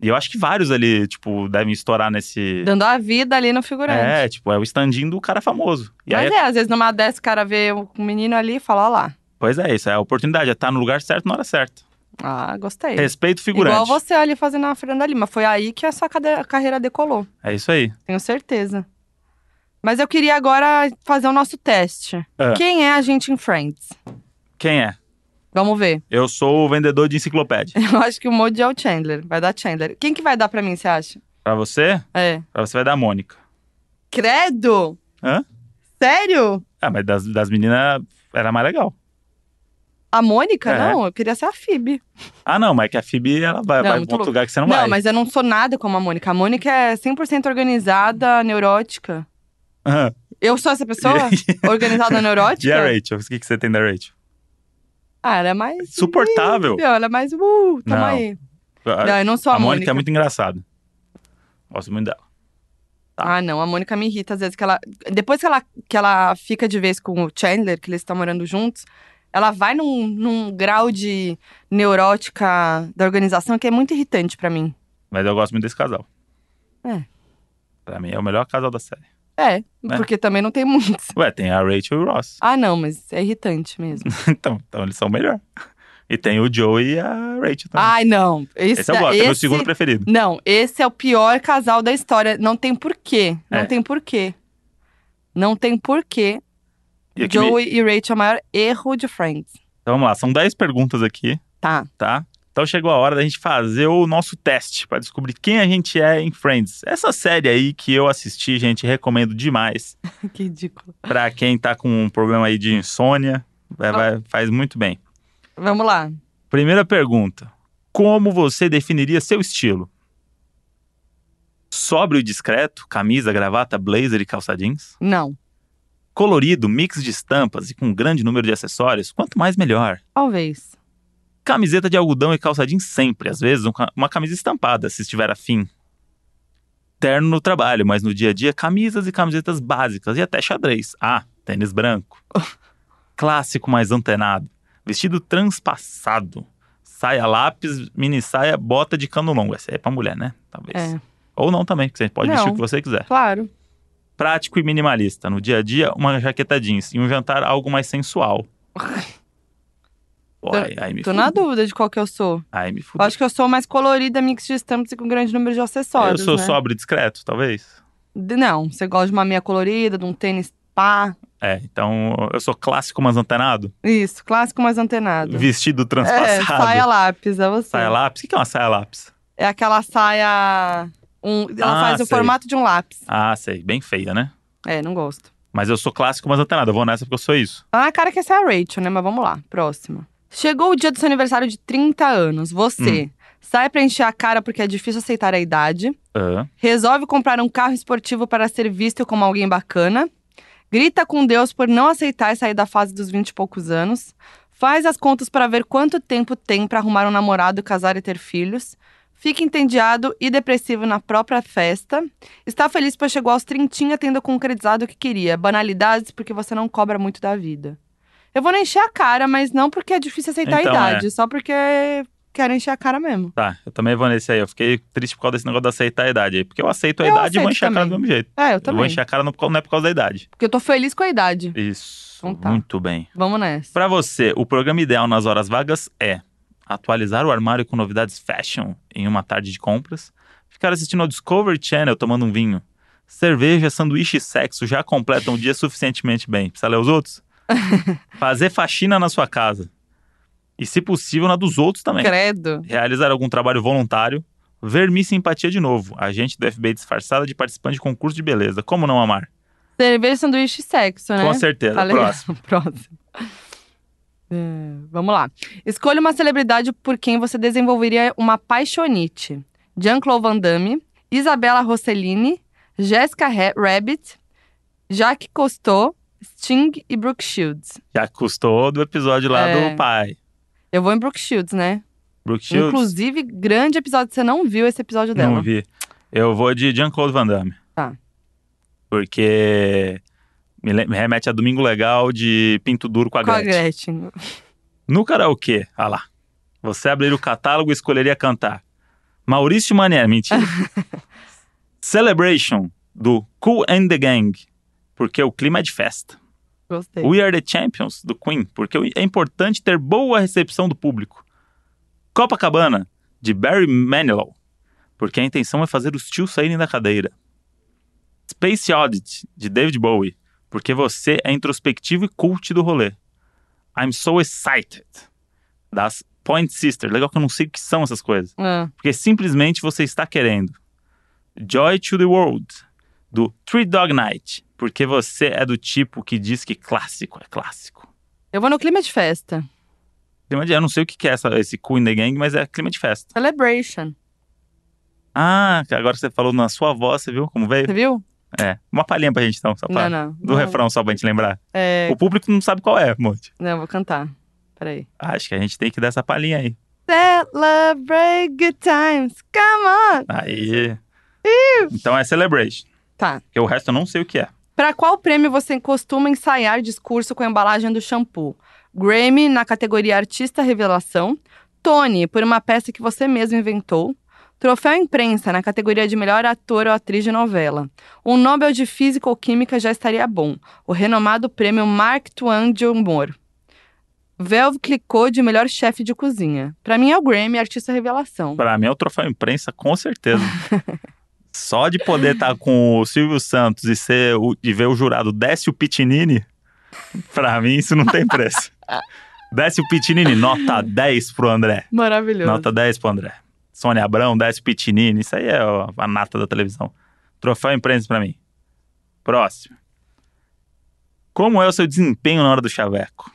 Speaker 1: E eu acho que vários ali, tipo, devem estourar nesse.
Speaker 2: Dando a vida ali no figurante.
Speaker 1: É, tipo, é o stand-in do cara famoso. E aí,
Speaker 2: Mas é, às vezes numa dessa o cara vê um menino ali e fala, ó lá.
Speaker 1: Pois é, isso é a oportunidade, é tá no lugar certo na hora certa.
Speaker 2: Ah, gostei.
Speaker 1: Respeito o figurante.
Speaker 2: Igual você ali fazendo a Fernanda Lima. Foi aí que a sua cade- carreira decolou.
Speaker 1: É isso aí.
Speaker 2: Tenho certeza. Mas eu queria agora fazer o nosso teste.
Speaker 1: Ah.
Speaker 2: Quem é a gente em Friends?
Speaker 1: Quem é?
Speaker 2: Vamos ver.
Speaker 1: Eu sou o vendedor de enciclopédia.
Speaker 2: Eu acho que o Moody é o Chandler. Vai dar Chandler. Quem que vai dar pra mim, você acha?
Speaker 1: Pra você,
Speaker 2: É.
Speaker 1: pra você vai dar a Mônica.
Speaker 2: Credo!
Speaker 1: Hã?
Speaker 2: Sério?
Speaker 1: Ah, mas das, das meninas era mais legal.
Speaker 2: A Mônica?
Speaker 1: É.
Speaker 2: Não, eu queria ser a Phoebe.
Speaker 1: Ah, não, mas é que a Phoebe, ela vai, vai
Speaker 2: Não,
Speaker 1: pra um
Speaker 2: muito
Speaker 1: outro
Speaker 2: louco.
Speaker 1: lugar que você não,
Speaker 2: Não,
Speaker 1: vai.
Speaker 2: mas eu não sou nada como a Mônica. A Mônica é 100% organizada, neurótica.
Speaker 1: Aham.
Speaker 2: Eu sou essa pessoa? organizada, neurótica?
Speaker 1: E a Rachel? O que, que você tem da Rachel?
Speaker 2: Ah, ela é mais...
Speaker 1: Suportável.
Speaker 2: Ela é mais... Uh, tamo
Speaker 1: Não.
Speaker 2: aí.
Speaker 1: A,
Speaker 2: Não, eu não sou a,
Speaker 1: a Mônica. é muito engraçada. Gosto muito dela.
Speaker 2: Ah, não, a Mônica me irrita às vezes que ela. Depois que ela, que ela fica de vez com o Chandler, que eles estão morando juntos, ela vai num, num grau de neurótica da organização que é muito irritante pra mim.
Speaker 1: Mas eu gosto muito desse casal.
Speaker 2: É.
Speaker 1: Pra mim é o melhor casal da série.
Speaker 2: É, porque também não tem muitos.
Speaker 1: Ué, tem a Rachel e o Ross.
Speaker 2: Ah, não, mas é irritante mesmo.
Speaker 1: então, então eles são o melhor. E tem o Joe e a Rachel também.
Speaker 2: Ai, não. Ah, Esse,
Speaker 1: esse eu gosto, é meu
Speaker 2: esse-
Speaker 1: segundo preferido.
Speaker 2: Não, esse é o pior casal da história. Não tem porquê. Não
Speaker 1: É.
Speaker 2: tem porquê. Não tem porquê.
Speaker 1: E aqui me-
Speaker 2: Joey e Rachel é o maior erro de Friends.
Speaker 1: Então vamos lá, são 10 perguntas aqui,
Speaker 2: Tá.
Speaker 1: tá? Então chegou a hora da gente fazer o nosso teste pra descobrir quem a gente é em Friends. Essa série aí que eu assisti, gente, recomendo demais
Speaker 2: que ridículo.
Speaker 1: Pra quem tá com um problema aí de insônia, vai- vai- faz muito bem.
Speaker 2: Vamos lá.
Speaker 1: Primeira pergunta: como você definiria seu estilo? Sóbrio e discreto, camisa, gravata, blazer e calça jeans?
Speaker 2: Não.
Speaker 1: Colorido, mix de estampas e com um grande número de acessórios, quanto mais melhor.
Speaker 2: Talvez.
Speaker 1: Camiseta de algodão e calça jeans sempre, às vezes um ca- uma camisa estampada, se estiver afim. Terno no trabalho, mas no dia a dia, camisas e camisetas básicas e até xadrez. Ah, tênis branco. Clássico mais antenado. Vestido transpassado. Saia lápis, mini saia, bota de cano longo. Essa aí é pra mulher, né? Talvez.
Speaker 2: É,
Speaker 1: Ou não também, porque você pode vestir
Speaker 2: Não.
Speaker 1: o que você quiser.
Speaker 2: claro.
Speaker 1: Prático e minimalista. No dia a dia, uma jaqueta jeans. E um jantar, algo mais sensual. Pô,
Speaker 2: Tô-
Speaker 1: aí, aí me
Speaker 2: Tô na
Speaker 1: fudeu.
Speaker 2: dúvida de qual que eu sou.
Speaker 1: Aí me fudeu.
Speaker 2: Eu acho que eu sou mais colorida, mix de estampas e com grande número de acessórios.
Speaker 1: Eu sou
Speaker 2: né?
Speaker 1: sóbrio e discreto, talvez.
Speaker 2: De- Não, você gosta de uma meia colorida, de um tênis pá.
Speaker 1: É, então eu sou clássico, mas antenado.
Speaker 2: Isso, clássico mais antenado.
Speaker 1: Vestido
Speaker 2: É,
Speaker 1: transpassado.
Speaker 2: saia lápis, é você.
Speaker 1: Saia lápis? O que é uma saia lápis?
Speaker 2: É aquela saia. um-
Speaker 1: Ah,
Speaker 2: ela faz o
Speaker 1: sei.
Speaker 2: formato de um lápis.
Speaker 1: Ah, sei, bem feia, né?
Speaker 2: É, não gosto.
Speaker 1: Mas eu sou clássico, mas antenado. Eu vou nessa porque eu sou isso.
Speaker 2: Tá na cara que essa é a Rachel, né? Mas vamos lá, próxima. Chegou o dia do seu aniversário de 30 anos.
Speaker 1: Hum.
Speaker 2: Você sai pra encher a cara porque é difícil aceitar a idade.
Speaker 1: Ah,
Speaker 2: Resolve comprar um carro esportivo para ser visto como alguém bacana. Grita com Deus por não aceitar e sair da fase dos 20 e poucos anos. Faz as contas para ver quanto tempo tem para arrumar um namorado, casar e ter filhos. Fica entediado e depressivo na própria festa. Está feliz pois chegou aos 30 tendo concretizado o que queria. Banalidades porque você não cobra muito da vida. Eu vou não encher a cara, mas não porque é difícil aceitar
Speaker 1: Então,
Speaker 2: a idade, só porque quero encher a cara mesmo.
Speaker 1: Tá, eu também vou nesse aí. Eu fiquei triste por causa desse negócio de aceitar a idade aí. Porque eu aceito a
Speaker 2: Eu
Speaker 1: idade e vou
Speaker 2: aceito
Speaker 1: encher a cara do
Speaker 2: também.
Speaker 1: mesmo jeito.
Speaker 2: É, eu
Speaker 1: Eu vou
Speaker 2: também.
Speaker 1: encher a cara não, por causa- não é por causa da idade.
Speaker 2: Porque eu tô feliz com a idade.
Speaker 1: Isso.
Speaker 2: Então tá.
Speaker 1: Muito bem.
Speaker 2: Vamos nessa.
Speaker 1: Pra você, o programa ideal nas horas vagas é atualizar o armário com novidades fashion em uma tarde de compras, ficar assistindo ao Discovery Channel tomando um vinho, cerveja, sanduíche e sexo já completam o dia suficientemente bem. Precisa ler os outros? Fazer faxina na sua casa. E, se possível, na dos outros também.
Speaker 2: Credo.
Speaker 1: Realizar algum trabalho voluntário. Ver Miss Simpatia de novo, agente do FBI disfarçada de participante de concurso de beleza. Como não amar?
Speaker 2: Cerveja, sanduíche e sexo, né?
Speaker 1: Com certeza.
Speaker 2: Tá legal.
Speaker 1: Próximo.
Speaker 2: Próximo. É, vamos lá. Escolha uma celebridade por quem você desenvolveria uma paixonite. Jean-Claude Van Damme, Isabella Rossellini, Jessica Ra- Rabbit, Jacques Cousteau, Sting e Brooke Shields.
Speaker 1: Já custou do episódio lá
Speaker 2: É.
Speaker 1: do pai.
Speaker 2: Eu vou em Brooke Shields, né?
Speaker 1: Brooke Shields.
Speaker 2: Inclusive, grande episódio. Você não viu esse episódio dela.
Speaker 1: Não vi. Eu vou de Jean-Claude Van Damme.
Speaker 2: Tá.
Speaker 1: Porque me le- me remete a Domingo Legal de Pinto Duro com a
Speaker 2: Com a
Speaker 1: Gretchen.
Speaker 2: Gretchen.
Speaker 1: No karaokê, ah lá. Você abriria o catálogo e escolheria cantar. Maurício Manier, mentira. Celebration, do Cool and the Gang. Porque o clima é de festa.
Speaker 2: Gostei.
Speaker 1: We Are the Champions, do Queen, porque é importante ter boa recepção do público. Copacabana, de Barry Manilow, porque a intenção é fazer os tios saírem da cadeira. Space Oddity, de David Bowie, porque você é introspectivo e cult do rolê. I'm So Excited, das Point Sisters. Legal que eu não sei o que são essas coisas
Speaker 2: Ah,
Speaker 1: porque simplesmente você está querendo. Joy to the World, do Three Dog Night, porque você é do tipo que diz que clássico é clássico.
Speaker 2: Eu vou no clima de festa.
Speaker 1: Clima de- Eu não sei o que que é essa, esse Cool in the Gang, mas é clima de festa.
Speaker 2: Celebration.
Speaker 1: Ah, agora você falou na sua voz, você viu como veio?
Speaker 2: Você viu?
Speaker 1: É. Uma palhinha pra gente então, só pra...
Speaker 2: Não, não.
Speaker 1: Do
Speaker 2: Não,
Speaker 1: refrão, só pra gente lembrar.
Speaker 2: É,
Speaker 1: O público não sabe qual é, monte.
Speaker 2: não, eu vou cantar. Peraí.
Speaker 1: Acho que a gente tem que dar essa palhinha aí.
Speaker 2: Celebrate good times, come on!
Speaker 1: Aí. Então é Celebration,
Speaker 2: Tá.
Speaker 1: porque o resto eu não sei o que é.
Speaker 2: Pra qual prêmio você costuma ensaiar discurso com a embalagem do shampoo? Grammy, na categoria Artista Revelação. Tony, por uma peça que você mesmo inventou. Troféu Imprensa, na categoria de melhor ator ou atriz de novela. Um Nobel de Física ou Química já estaria bom. O renomado prêmio Mark Twain de Humor. Velve clicou de melhor chefe de cozinha. Pra mim é o Grammy, Artista Revelação.
Speaker 1: Pra mim é o troféu imprensa, com certeza. Só de poder estar com o Silvio Santos e, ser o- e ver o jurado Décio Pitinini, pra mim isso não tem preço. Décio Pitinini, nota 10 pro André.
Speaker 2: Maravilhoso.
Speaker 1: Nota 10 pro André. Sônia Abrão, Décio Pitinini, isso aí é ó, a nata da televisão. Troféu imprensa pra mim. Próximo. Como é o seu desempenho na hora do chaveco?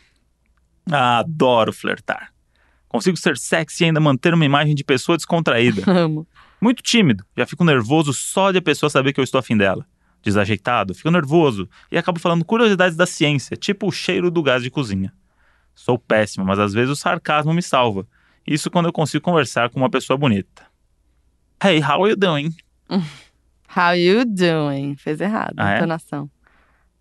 Speaker 1: Ah, adoro flertar. Consigo ser sexy e ainda manter uma imagem de pessoa descontraída.
Speaker 2: Amo.
Speaker 1: Muito tímido, já fico nervoso só de a pessoa saber que eu estou afim dela. Desajeitado, fico nervoso e acabo falando curiosidades da ciência, tipo o cheiro do gás de cozinha. Sou péssimo, mas às vezes o sarcasmo me salva. Isso quando eu consigo conversar com uma pessoa bonita. Hey, how are you doing?
Speaker 2: How you doing? Fez errado
Speaker 1: Ah,
Speaker 2: a
Speaker 1: é?
Speaker 2: entonação.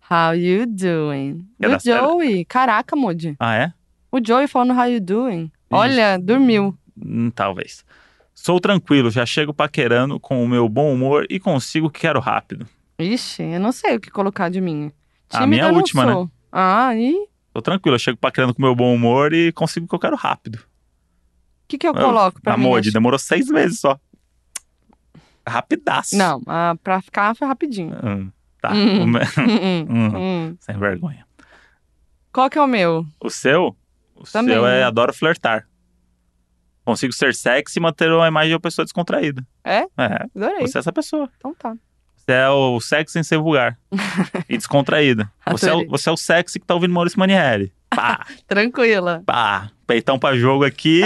Speaker 2: How you doing?
Speaker 1: Ia
Speaker 2: Do
Speaker 1: dar certo.
Speaker 2: Joey. Caraca, Moody.
Speaker 1: Ah, é?
Speaker 2: O Joey falando how you doing. Olha, dormiu.
Speaker 1: Hum, talvez. Sou tranquilo, já chego paquerando com o meu bom humor e consigo o que quero rápido.
Speaker 2: Ixi, eu não sei o que colocar de mim.
Speaker 1: A minha é a
Speaker 2: eu não
Speaker 1: última, né?
Speaker 2: sou. Ah, e o
Speaker 1: Sou tranquilo, eu chego paquerando com o meu bom humor e consigo o que eu quero rápido.
Speaker 2: que, que eu
Speaker 1: Eu-
Speaker 2: coloco pra
Speaker 1: Amor,
Speaker 2: mim?
Speaker 1: demorou seis meses só. Rapidaço.
Speaker 2: Não, ah, pra ficar foi rapidinho.
Speaker 1: Hum, tá.
Speaker 2: Hum.
Speaker 1: O me-
Speaker 2: Hum, hum,
Speaker 1: Hum,
Speaker 2: hum.
Speaker 1: Sem vergonha.
Speaker 2: Qual que é o meu?
Speaker 1: O seu? O
Speaker 2: Também,
Speaker 1: seu é
Speaker 2: né?
Speaker 1: adoro flertar. Consigo ser sexy e manter uma imagem de uma pessoa descontraída.
Speaker 2: É?
Speaker 1: É,
Speaker 2: Adorei.
Speaker 1: você é essa pessoa.
Speaker 2: Então tá.
Speaker 1: Você é o sexy sem ser vulgar. e descontraída. Você é, o,
Speaker 2: Adorei.
Speaker 1: você é o sexy que tá ouvindo Maurício Manieri. Pá,
Speaker 2: Tranquila.
Speaker 1: pá. Peitão pra jogo aqui.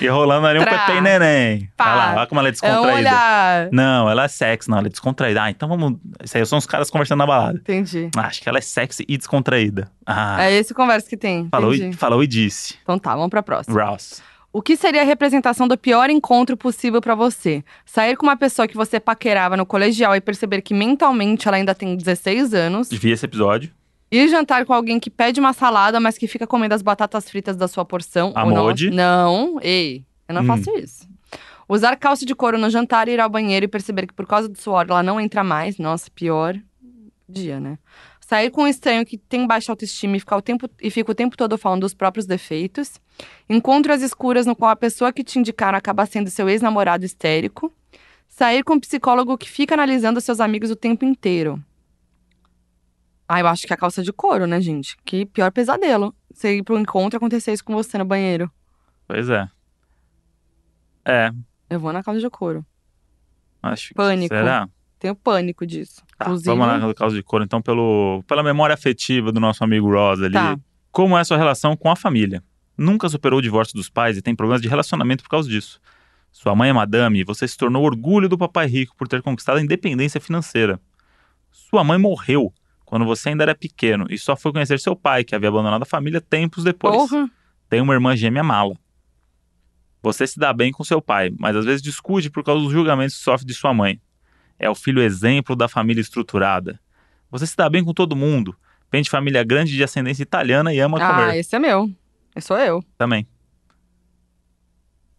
Speaker 1: e rolando ali um
Speaker 2: Trá.
Speaker 1: petei neném.
Speaker 2: Pá.
Speaker 1: Vai lá, olha como ela é
Speaker 2: É um
Speaker 1: descontraída.
Speaker 2: olhar.
Speaker 1: Não, ela é sexy, não, ela é descontraída. Ah, então vamos. Isso aí são os caras conversando na balada.
Speaker 2: Entendi.
Speaker 1: Ah, acho que ela é sexy e descontraída. Ah,
Speaker 2: É esse conversa que tem.
Speaker 1: falou, e,
Speaker 2: Entendi.
Speaker 1: falou e disse.
Speaker 2: Então tá, vamos pra próxima.
Speaker 1: Rouse.
Speaker 2: O que seria a representação do pior encontro possível pra você? Sair com uma pessoa que você paquerava no colegial e perceber que mentalmente ela ainda tem 16 anos.
Speaker 1: Vi esse episódio.
Speaker 2: Ir jantar com alguém que pede uma salada, mas que fica comendo as batatas fritas da sua porção. ou não.
Speaker 1: Amode.
Speaker 2: Não, ei, eu não
Speaker 1: Hum.
Speaker 2: faço isso. Usar calça de couro no jantar, ir ao banheiro e perceber que por causa do suor ela não entra mais. Nossa, pior dia, né? Sair com um estranho que tem baixa autoestima e, ficar o tempo, e fica o tempo todo falando dos próprios defeitos. Encontro às escuras no qual a pessoa que te indicaram acaba sendo seu ex-namorado histérico. Sair com um psicólogo que fica analisando seus amigos o tempo inteiro. Ah, eu acho que é a calça de couro, né, gente? Que pior pesadelo. Você ir pro encontro e acontecer isso com você no banheiro.
Speaker 1: Pois é. É,
Speaker 2: Eu vou na calça de couro.
Speaker 1: acho que.
Speaker 2: Pânico.
Speaker 1: Será?
Speaker 2: Tenho pânico disso.
Speaker 1: Tá,
Speaker 2: Inclusive,
Speaker 1: vamos lá no caso de couro, então, pelo, pela memória afetiva do nosso amigo Ross ali.
Speaker 2: Tá.
Speaker 1: Como é a sua relação com a família? Nunca superou o divórcio dos pais e tem problemas de relacionamento por causa disso. Sua mãe é madame e você se tornou orgulho do papai rico por ter conquistado a independência financeira. Sua mãe morreu quando você ainda era pequeno e só foi conhecer seu pai, que havia abandonado a família tempos depois.
Speaker 2: porra.
Speaker 1: Tem uma irmã gêmea mala. Você se dá bem com seu pai, mas às vezes discute por causa dos julgamentos que sofre de sua mãe. É o filho exemplo da família estruturada. Você se dá bem com todo mundo. Vem de família grande de ascendência italiana e ama
Speaker 2: Ah,
Speaker 1: comer
Speaker 2: esse é meu. Esse sou eu.
Speaker 1: também.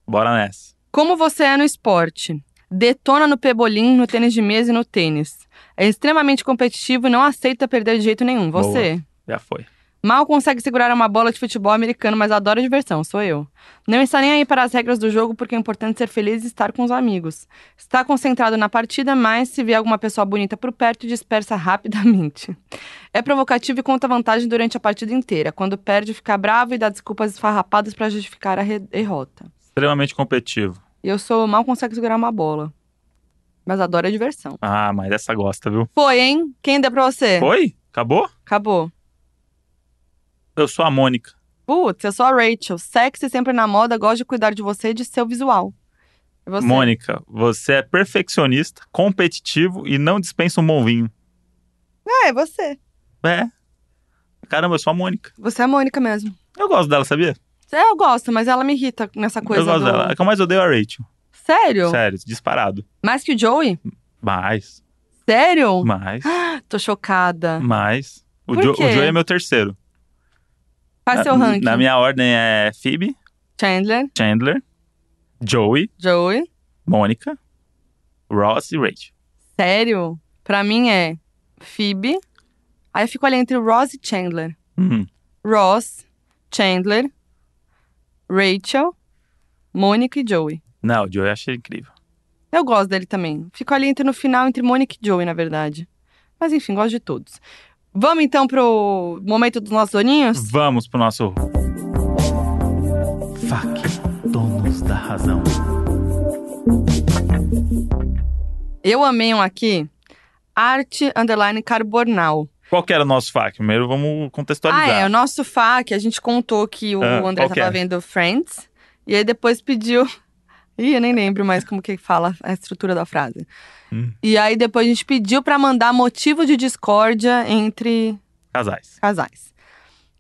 Speaker 1: Bora nessa.
Speaker 2: Como você é no esporte? Detona no pebolim, no tênis de mesa e no tênis. É extremamente competitivo e não aceita perder de jeito nenhum. Você.
Speaker 1: Já foi.
Speaker 2: Mal consegue segurar uma bola de futebol americano, mas adora a diversão, sou eu. Não está nem aí para as regras do jogo, porque é importante ser feliz e estar com os amigos. Está concentrado na partida, mas se vê alguma pessoa bonita por perto, dispersa rapidamente. É provocativo e conta vantagem durante a partida inteira. Quando perde, fica bravo e dá desculpas esfarrapadas para justificar a re- derrota.
Speaker 1: Extremamente competitivo.
Speaker 2: E Eu sou mal consegue segurar uma bola, mas adora a diversão.
Speaker 1: Ah, mas essa gosta, viu?
Speaker 2: Foi, hein? Quem deu pra você?
Speaker 1: Foi? Acabou?
Speaker 2: Acabou.
Speaker 1: Eu sou a Mônica.
Speaker 2: Putz, eu sou a Rachel. Sexy, sempre na moda, gosto de cuidar de você e de seu visual. E você?
Speaker 1: Mônica, você é perfeccionista, competitivo e não dispensa um bom vinho.
Speaker 2: Ah, é você.
Speaker 1: É. Caramba, eu sou a Mônica.
Speaker 2: Você é a Mônica mesmo.
Speaker 1: Eu gosto dela, sabia?
Speaker 2: É, eu gosto, mas ela me irrita nessa coisa
Speaker 1: eu gosto
Speaker 2: do...
Speaker 1: dela. A que eu mais odeio é a Rachel.
Speaker 2: Sério?
Speaker 1: Sério, disparado.
Speaker 2: Mais que o Joey?
Speaker 1: Mais,
Speaker 2: Sério?
Speaker 1: mais,
Speaker 2: Tô chocada.
Speaker 1: mais. O,
Speaker 2: Por
Speaker 1: Jo-
Speaker 2: quê?
Speaker 1: o Joey é meu terceiro.
Speaker 2: Faz seu
Speaker 1: Na-
Speaker 2: ranking.
Speaker 1: Na minha ordem é Phoebe,
Speaker 2: Chandler,
Speaker 1: Chandler, Joey,
Speaker 2: Joey.
Speaker 1: Mônica, Ross e Rachel.
Speaker 2: Sério? Pra mim é Phoebe. Aí eu fico ali entre Ross e Chandler.
Speaker 1: Hum,
Speaker 2: Ross, Chandler, Rachel, Mônica e Joey.
Speaker 1: Não, o Joey eu achei incrível.
Speaker 2: Eu gosto dele também. Fico ali entre no final entre Mônica e Joey, na verdade. Mas enfim, gosto de todos. Vamos então pro momento dos nossos doninhos?
Speaker 1: Vamos pro nosso... Fuck, donos da razão.
Speaker 2: Eu amei um aqui. Arte Underline Carbonal.
Speaker 1: Qual que era o nosso fac? Primeiro vamos contextualizar.
Speaker 2: Ah, é. O nosso FAQ, a gente contou que o
Speaker 1: Ah,
Speaker 2: André
Speaker 1: qual que
Speaker 2: tava
Speaker 1: é?
Speaker 2: vendo Friends. E aí depois pediu. Ih, eu nem lembro mais como que fala a estrutura da frase.
Speaker 1: Hum.
Speaker 2: E aí depois a gente pediu pra mandar motivo de discórdia entre
Speaker 1: Casais.
Speaker 2: casais.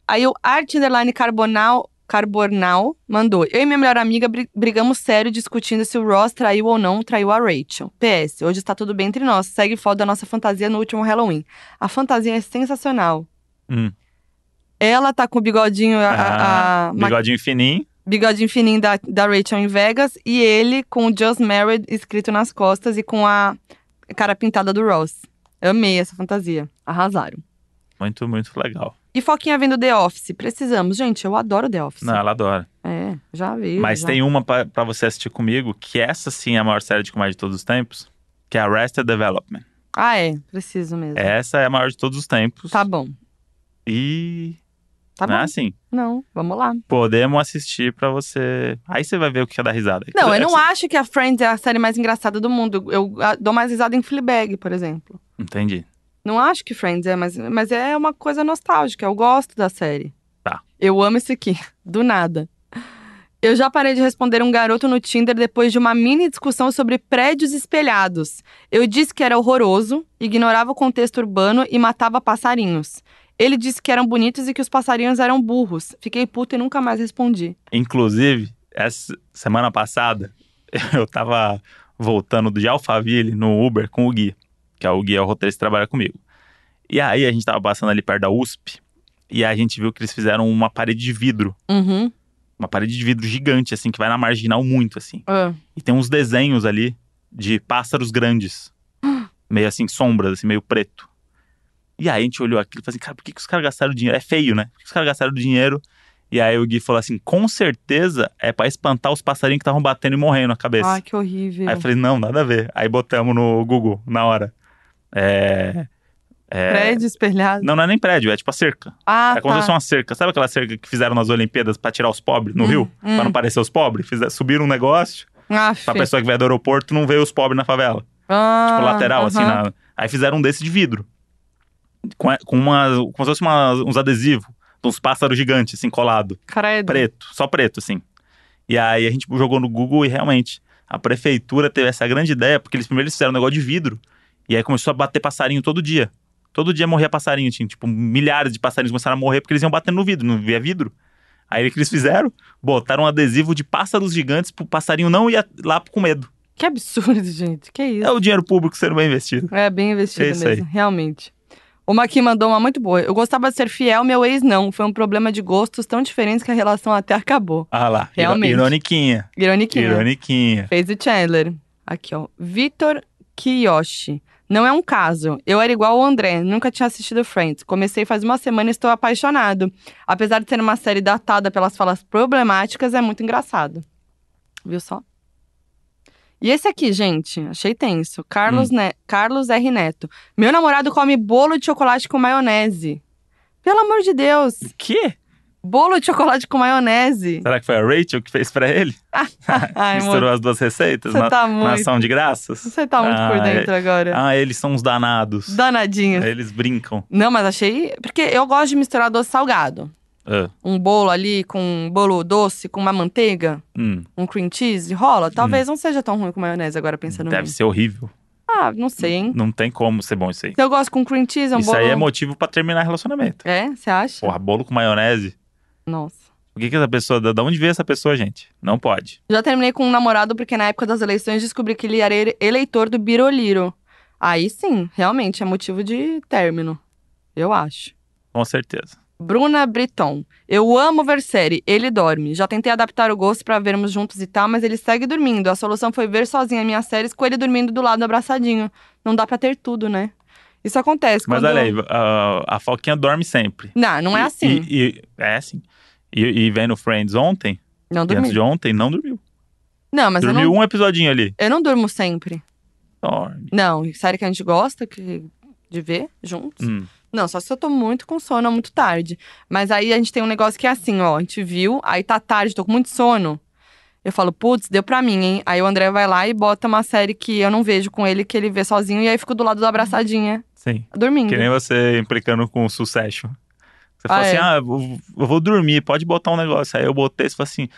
Speaker 2: Aí o Art Underline Carbonal, Carbonal mandou. Eu e minha melhor amiga bri- brigamos sério discutindo se o Ross traiu ou não traiu a Rachel. PS, hoje está tudo bem entre nós. Segue foto da nossa fantasia no último Halloween. A fantasia é sensacional.
Speaker 1: Hum.
Speaker 2: Ela tá com o bigodinho, a- a, a ah, ma-
Speaker 1: Ah, Bigodinho fininho.
Speaker 2: bigodinho fininho da, da Rachel em Vegas e ele com o Just Married escrito nas costas e com a cara pintada do Ross. Amei essa fantasia. Arrasaram.
Speaker 1: Muito, muito legal.
Speaker 2: E Foquinha vendo The Office. Precisamos. Gente, eu adoro The Office.
Speaker 1: Não, ela adora.
Speaker 2: É, já vi.
Speaker 1: Mas
Speaker 2: já.
Speaker 1: tem uma pra pra você assistir comigo, que essa sim é a maior série de comédia de todos os tempos, que é Arrested Development.
Speaker 2: Ah, é. Preciso mesmo.
Speaker 1: Essa é a maior de todos os tempos.
Speaker 2: Tá bom.
Speaker 1: E.
Speaker 2: Tá bom.
Speaker 1: né, assim,
Speaker 2: Não, vamos lá.
Speaker 1: podemos assistir pra você. Aí você vai ver o que é dar risada.
Speaker 2: Não, eu não
Speaker 1: há.
Speaker 2: acho que a Friends é a série mais engraçada do mundo. Eu ah, dou mais risada em Fleabag, por exemplo.
Speaker 1: Entendi.
Speaker 2: Não acho que Friends é, mas, mas é uma coisa nostálgica. Eu gosto da série.
Speaker 1: Tá.
Speaker 2: Eu amo esse aqui, do nada. Eu já parei de responder um garoto no Tinder depois de uma mini discussão sobre prédios espelhados. Eu disse que era horroroso, ignorava o contexto urbano e matava passarinhos. Ele disse que eram bonitos e que os passarinhos eram burros. Fiquei puta e nunca mais respondi.
Speaker 1: Inclusive, Essa semana passada, eu tava voltando de Alphaville no Uber com o Gui, que é o Gui, é o roteirista que trabalha comigo. E aí a gente tava passando ali perto da USP, e a gente viu que eles fizeram uma parede de vidro.
Speaker 2: Uhum.
Speaker 1: Uma parede de vidro gigante, assim, que vai na marginal muito, assim.
Speaker 2: Ah.
Speaker 1: E tem uns desenhos ali de pássaros grandes. meio assim, sombras, assim, meio preto. E aí a gente olhou aquilo e falou assim, cara, por que, que os caras gastaram dinheiro? É feio, né? Por que que os caras gastaram dinheiro? E aí o Gui falou assim, com certeza é pra espantar os passarinhos que estavam batendo e morrendo na cabeça.
Speaker 2: Ai, ah, que horrível.
Speaker 1: Aí eu falei, não, nada a ver. Aí botamos no Google, na hora. É. é-
Speaker 2: Prédio espelhado.
Speaker 1: Não, não é nem prédio, é tipo a cerca.
Speaker 2: Ah,
Speaker 1: é como se
Speaker 2: tá.
Speaker 1: fosse uma cerca. Sabe aquela cerca que fizeram nas Olimpíadas pra tirar os pobres no
Speaker 2: Hum,
Speaker 1: Rio?
Speaker 2: hum.
Speaker 1: Pra não parecer os pobres? Fizeram, subiram um negócio
Speaker 2: Aff.
Speaker 1: pra pessoa que vai do aeroporto não ver os pobres na favela.
Speaker 2: Ah,
Speaker 1: tipo, lateral, assim.
Speaker 2: aham.
Speaker 1: na- Aí fizeram um desse de vidro. Com, com uma, como se fosse uma- uns adesivos, de uns pássaros gigantes, assim, colado.
Speaker 2: Credo.
Speaker 1: Preto, só preto, assim. E aí a gente jogou no Google e realmente a prefeitura teve essa grande ideia, porque eles primeiro eles fizeram um negócio de vidro. E aí começou a bater passarinho todo dia. Todo dia morria passarinho, tinha tipo milhares de passarinhos começaram a morrer porque eles iam batendo no vidro, não via vidro. Aí o que eles fizeram? Botaram um adesivo de pássaros gigantes pro passarinho não ir lá com medo.
Speaker 2: Que absurdo, gente. Que isso.
Speaker 1: É o dinheiro público sendo bem investido.
Speaker 2: É bem investido
Speaker 1: É isso
Speaker 2: mesmo, realmente. Uma que mandou uma muito boa. Eu gostava de ser fiel, meu ex não. Foi um problema de gostos tão diferentes que a relação até acabou.
Speaker 1: Ah lá, iro-
Speaker 2: Realmente. é?
Speaker 1: ironiquinha.
Speaker 2: Ironiquinha.
Speaker 1: Ironiquinha.
Speaker 2: Fez o Chandler. Aqui, ó. Vitor Kiyoshi. Não é um caso. Eu era igual o André, nunca tinha assistido Friends. Comecei faz uma semana e estou apaixonado. Apesar de ser uma série datada pelas falas problemáticas, é muito engraçado. Viu só? E esse aqui, gente, achei tenso. Carlos,
Speaker 1: Hum.
Speaker 2: Ne- Carlos R. Neto. Meu namorado come bolo de chocolate com maionese. Pelo amor de Deus!
Speaker 1: O quê?
Speaker 2: Bolo de chocolate com maionese!
Speaker 1: Será que foi a Rachel que fez pra ele?
Speaker 2: Ai, amor,
Speaker 1: Misturou as duas receitas
Speaker 2: você
Speaker 1: na,
Speaker 2: tá
Speaker 1: na
Speaker 2: muito.
Speaker 1: ação de graças?
Speaker 2: Você tá muito por
Speaker 1: Ah,
Speaker 2: dentro agora.
Speaker 1: Ah, eles são uns danados.
Speaker 2: Danadinho.
Speaker 1: Eles brincam.
Speaker 2: Não, mas achei. Porque eu gosto de misturar doce salgado.
Speaker 1: Ah,
Speaker 2: Um bolo ali com um bolo doce, com uma manteiga,
Speaker 1: hum,
Speaker 2: um cream cheese, rola. Talvez não seja tão ruim com maionese agora, pensando
Speaker 1: deve
Speaker 2: nisso.
Speaker 1: ser horrível.
Speaker 2: Ah, não sei, hein?
Speaker 1: Não tem como ser bom isso aí.
Speaker 2: Se eu gosto com cream cheese, é um
Speaker 1: isso
Speaker 2: bolo.
Speaker 1: aí é motivo pra terminar relacionamento.
Speaker 2: É, você acha?
Speaker 1: Porra, bolo com maionese.
Speaker 2: Nossa.
Speaker 1: O que que essa pessoa... Da da onde veio essa pessoa, gente? Não pode.
Speaker 2: Já terminei com um namorado porque na época das eleições descobri que ele era ele- eleitor do Biroliro. Aí sim, realmente é motivo de término. Eu acho.
Speaker 1: Com certeza.
Speaker 2: Bruna Briton. Eu amo ver série, ele dorme. Já tentei adaptar o gosto pra vermos juntos e tal, mas ele segue dormindo. A solução foi ver sozinha minhas séries com ele dormindo do lado abraçadinho. Não dá pra ter tudo, né? Isso acontece
Speaker 1: Mas
Speaker 2: quando...
Speaker 1: olha aí, a, a Foquinha dorme sempre.
Speaker 2: Não, não é
Speaker 1: E-
Speaker 2: assim.
Speaker 1: E, e- é assim. E, e vendo Friends ontem,
Speaker 2: não
Speaker 1: e antes
Speaker 2: dormi.
Speaker 1: de ontem, não dormiu.
Speaker 2: Não, mas eu
Speaker 1: dormiu
Speaker 2: não,
Speaker 1: um episodinho ali.
Speaker 2: eu não durmo sempre.
Speaker 1: Dorme.
Speaker 2: Não, e série que a gente gosta que... de ver juntos.
Speaker 1: Hum.
Speaker 2: Não, só se eu tô muito com sono ou muito tarde. Mas aí a gente tem um negócio que é assim, ó. A gente viu, aí tá tarde, tô com muito sono. Eu falo, putz, deu pra mim, hein? Aí o André vai lá e bota uma série que eu não vejo com ele, que ele vê sozinho, e aí fico do lado da abraçadinha,
Speaker 1: Sim.
Speaker 2: dormindo.
Speaker 1: Que nem você implicando com o Succession. Você fala
Speaker 2: Uhum. Ah,
Speaker 1: assim,
Speaker 2: é.
Speaker 1: ah, eu vou- eu vou dormir, pode botar um negócio. Aí eu botei, você falou assim,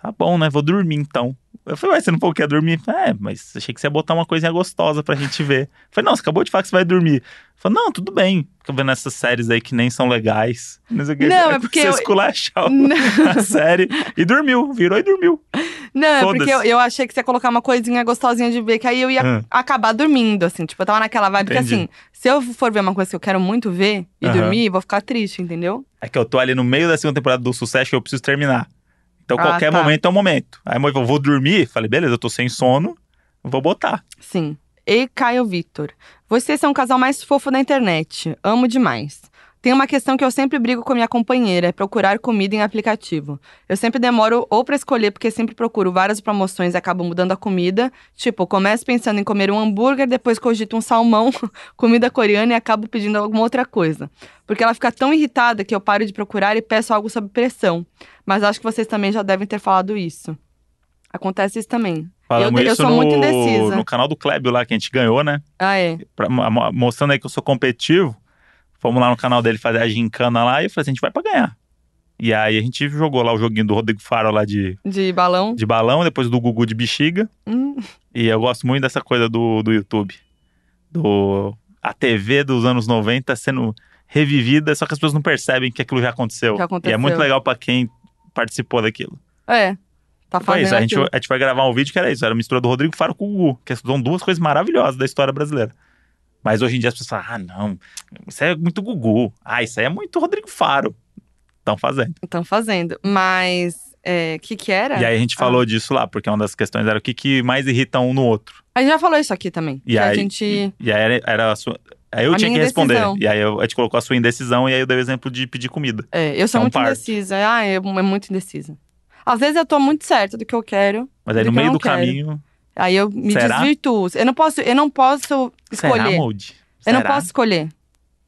Speaker 1: tá bom, né, vou dormir então. Eu falei, ué, você não falou que ia dormir? É, mas achei que você ia botar uma coisinha gostosa pra gente ver. Eu falei, não, você acabou de falar que você vai dormir. Eu falei, não, tudo bem. Fica vendo essas séries aí que nem são legais. Não, sei o que.
Speaker 2: Não,
Speaker 1: Aí
Speaker 2: é porque
Speaker 1: Você
Speaker 2: eu-
Speaker 1: esculachou
Speaker 2: Não,
Speaker 1: a série e dormiu, virou e dormiu.
Speaker 2: não, é
Speaker 1: Foda-se.
Speaker 2: porque eu, eu achei que você ia colocar uma coisinha gostosinha de ver, que aí eu ia
Speaker 1: Ah.
Speaker 2: acabar dormindo, assim. Tipo, eu tava naquela vibe que,
Speaker 1: Entendi.
Speaker 2: assim, se eu for ver uma coisa que eu quero muito ver e
Speaker 1: Aham.
Speaker 2: dormir, eu vou ficar triste, entendeu?
Speaker 1: É que eu tô ali no meio da segunda temporada do Sucesso que eu preciso terminar. Então
Speaker 2: Ah,
Speaker 1: qualquer
Speaker 2: tá.
Speaker 1: momento é um momento. Aí eu vou dormir, falei, beleza, eu tô sem sono, vou botar.
Speaker 2: Sim. E Caio Vitor. Vocês são o casal mais fofo da internet. Amo demais. Tem uma questão que eu sempre brigo com a minha companheira, é procurar comida em aplicativo. Eu sempre demoro ou pra escolher, porque sempre procuro várias promoções e acabo mudando a comida. Tipo, começo pensando em comer um hambúrguer, depois cogito um salmão, comida coreana e acabo pedindo alguma outra coisa. Porque ela fica tão irritada que eu paro de procurar e peço algo sob pressão. Mas acho que vocês também já devem ter falado isso. Acontece isso também.
Speaker 1: Falamos
Speaker 2: Eu- eu
Speaker 1: isso
Speaker 2: sou
Speaker 1: no,
Speaker 2: muito indecisa.
Speaker 1: no canal do Klebio lá, que a gente ganhou, né?
Speaker 2: Ah, é.
Speaker 1: Pra- mo- mostrando aí que eu sou competitivo. Fomos lá no canal dele fazer a gincana lá e eu falei assim, a gente vai pra ganhar. E aí a gente jogou lá o joguinho do Rodrigo Faro lá de,
Speaker 2: De balão.
Speaker 1: de balão, depois do Gugu de bexiga.
Speaker 2: Hum.
Speaker 1: E eu gosto muito dessa coisa do, do YouTube. Do, a TV dos anos 90 sendo revivida, só que as pessoas não percebem que aquilo já aconteceu. E
Speaker 2: Já
Speaker 1: é
Speaker 2: aconteceu.
Speaker 1: muito legal pra quem participou daquilo.
Speaker 2: É. Tá
Speaker 1: Foi
Speaker 2: fazendo
Speaker 1: isso, a gente,
Speaker 2: aquilo.
Speaker 1: a gente vai gravar um vídeo que era isso. Era a mistura do Rodrigo Faro com o Gugu, que são duas coisas maravilhosas da história brasileira. Mas hoje em dia as pessoas falam, ah, não, isso é muito Gugu. Ah, isso aí é muito Rodrigo Faro. Estão fazendo.
Speaker 2: Estão fazendo. Mas, é, que que era?
Speaker 1: E aí a gente falou disso lá, porque uma das questões era o que, que mais irrita um no outro.
Speaker 2: A gente já falou isso aqui também.
Speaker 1: E
Speaker 2: que a
Speaker 1: aí-
Speaker 2: gente...
Speaker 1: E aí era, era a sua. Aí eu
Speaker 2: A
Speaker 1: tinha que
Speaker 2: minha
Speaker 1: responder.
Speaker 2: indecisão.
Speaker 1: E aí eu, a gente colocou a sua indecisão, e aí eu dei o exemplo de pedir comida.
Speaker 2: é, eu sou
Speaker 1: É um
Speaker 2: muito
Speaker 1: parto.
Speaker 2: indecisa. Ah, eu, é muito indecisa. Às vezes eu tô muito certa do que eu quero.
Speaker 1: Mas aí no
Speaker 2: Do que eu
Speaker 1: meio
Speaker 2: não
Speaker 1: do
Speaker 2: quero.
Speaker 1: caminho.
Speaker 2: Aí eu me
Speaker 1: Será?
Speaker 2: desvirtuo. Eu não posso, eu não posso escolher.
Speaker 1: Será, Molde?
Speaker 2: eu não
Speaker 1: Será?
Speaker 2: posso escolher.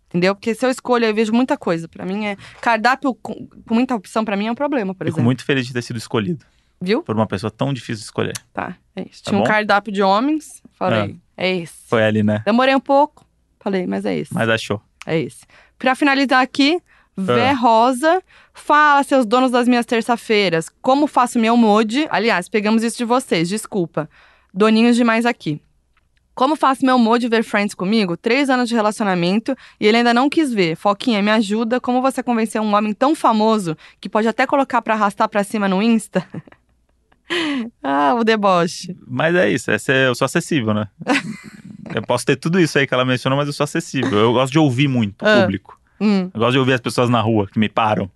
Speaker 2: Entendeu? Porque se eu escolho, eu vejo muita coisa. Pra mim é. Cardápio com com muita opção pra mim é um problema, por
Speaker 1: Fico
Speaker 2: exemplo.
Speaker 1: muito feliz de ter sido escolhido
Speaker 2: Viu?
Speaker 1: por uma pessoa tão difícil de escolher.
Speaker 2: Tá. É isso.
Speaker 1: Tá
Speaker 2: Tinha um
Speaker 1: bom? Ah.
Speaker 2: cardápio de homens. Falei, é, esse.
Speaker 1: Foi ali, né?
Speaker 2: Demorei um pouco. Falei, mas é esse.
Speaker 1: Mas achou.
Speaker 2: É esse. Pra finalizar aqui, Vé
Speaker 1: Ah.
Speaker 2: Rosa fala, seus donos das minhas terça-feiras, como faço meu mode? Aliás, pegamos isso de vocês, desculpa. Doninhos demais aqui. Como faço meu mode ver Friends comigo? Três anos de relacionamento e ele ainda não quis ver. Foquinha, me ajuda. Como você convenceu um homem tão famoso que pode até colocar pra arrastar pra cima no Insta? ah, o deboche.
Speaker 1: Mas é isso, é ser- eu sou acessível, né? eu posso ter tudo isso aí que ela mencionou, mas eu sou acessível. Eu gosto de ouvir muito o
Speaker 2: Ah.
Speaker 1: público.
Speaker 2: Hum.
Speaker 1: Eu gosto de ouvir as pessoas na rua que me param.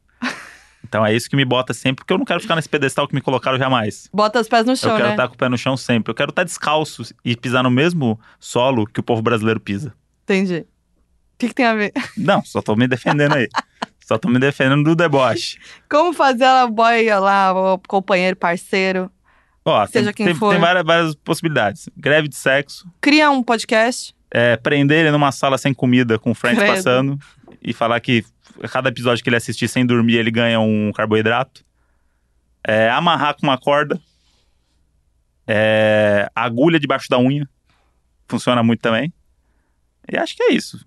Speaker 1: Então é isso que me bota sempre, porque eu não quero ficar nesse pedestal que me colocaram jamais.
Speaker 2: Bota os pés no chão,
Speaker 1: eu quero tá-
Speaker 2: né?
Speaker 1: estar com o pé no chão sempre. Eu quero estar descalço e pisar no mesmo solo que o povo brasileiro pisa.
Speaker 2: Entendi. O que que tem a ver?
Speaker 1: Não, só tô me defendendo aí. só tô me defendendo do deboche.
Speaker 2: Como fazer ela boy lá, o companheiro, parceiro?
Speaker 1: Ó, tem-
Speaker 2: Seja quem
Speaker 1: tem,
Speaker 2: for.
Speaker 1: tem várias, várias possibilidades. Greve de sexo,
Speaker 2: Cria um podcast.
Speaker 1: é, prender ele numa sala sem comida, com o Friends
Speaker 2: Credo.
Speaker 1: passando, e falar que a cada episódio que ele assistir sem dormir, ele ganha um carboidrato. É, amarrar com uma corda. É, agulha debaixo da unha. Funciona muito também. E acho que é isso.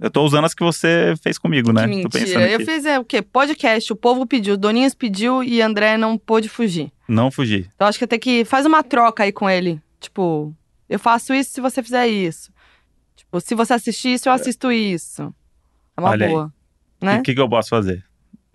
Speaker 1: Eu tô usando as que você fez comigo, né?
Speaker 2: que
Speaker 1: Tô pensando
Speaker 2: mentira. Eu
Speaker 1: que
Speaker 2: fiz é, o quê? Podcast, o povo pediu, Doninhos pediu e André não pôde fugir.
Speaker 1: não fugir.
Speaker 2: Então acho que tem que. Faz uma troca aí com ele. Tipo, eu faço isso se você fizer isso. Tipo, se você assistir isso, eu assisto isso. É uma
Speaker 1: É. Olha aí.
Speaker 2: boa.
Speaker 1: E
Speaker 2: Né?
Speaker 1: O que, que eu posso fazer?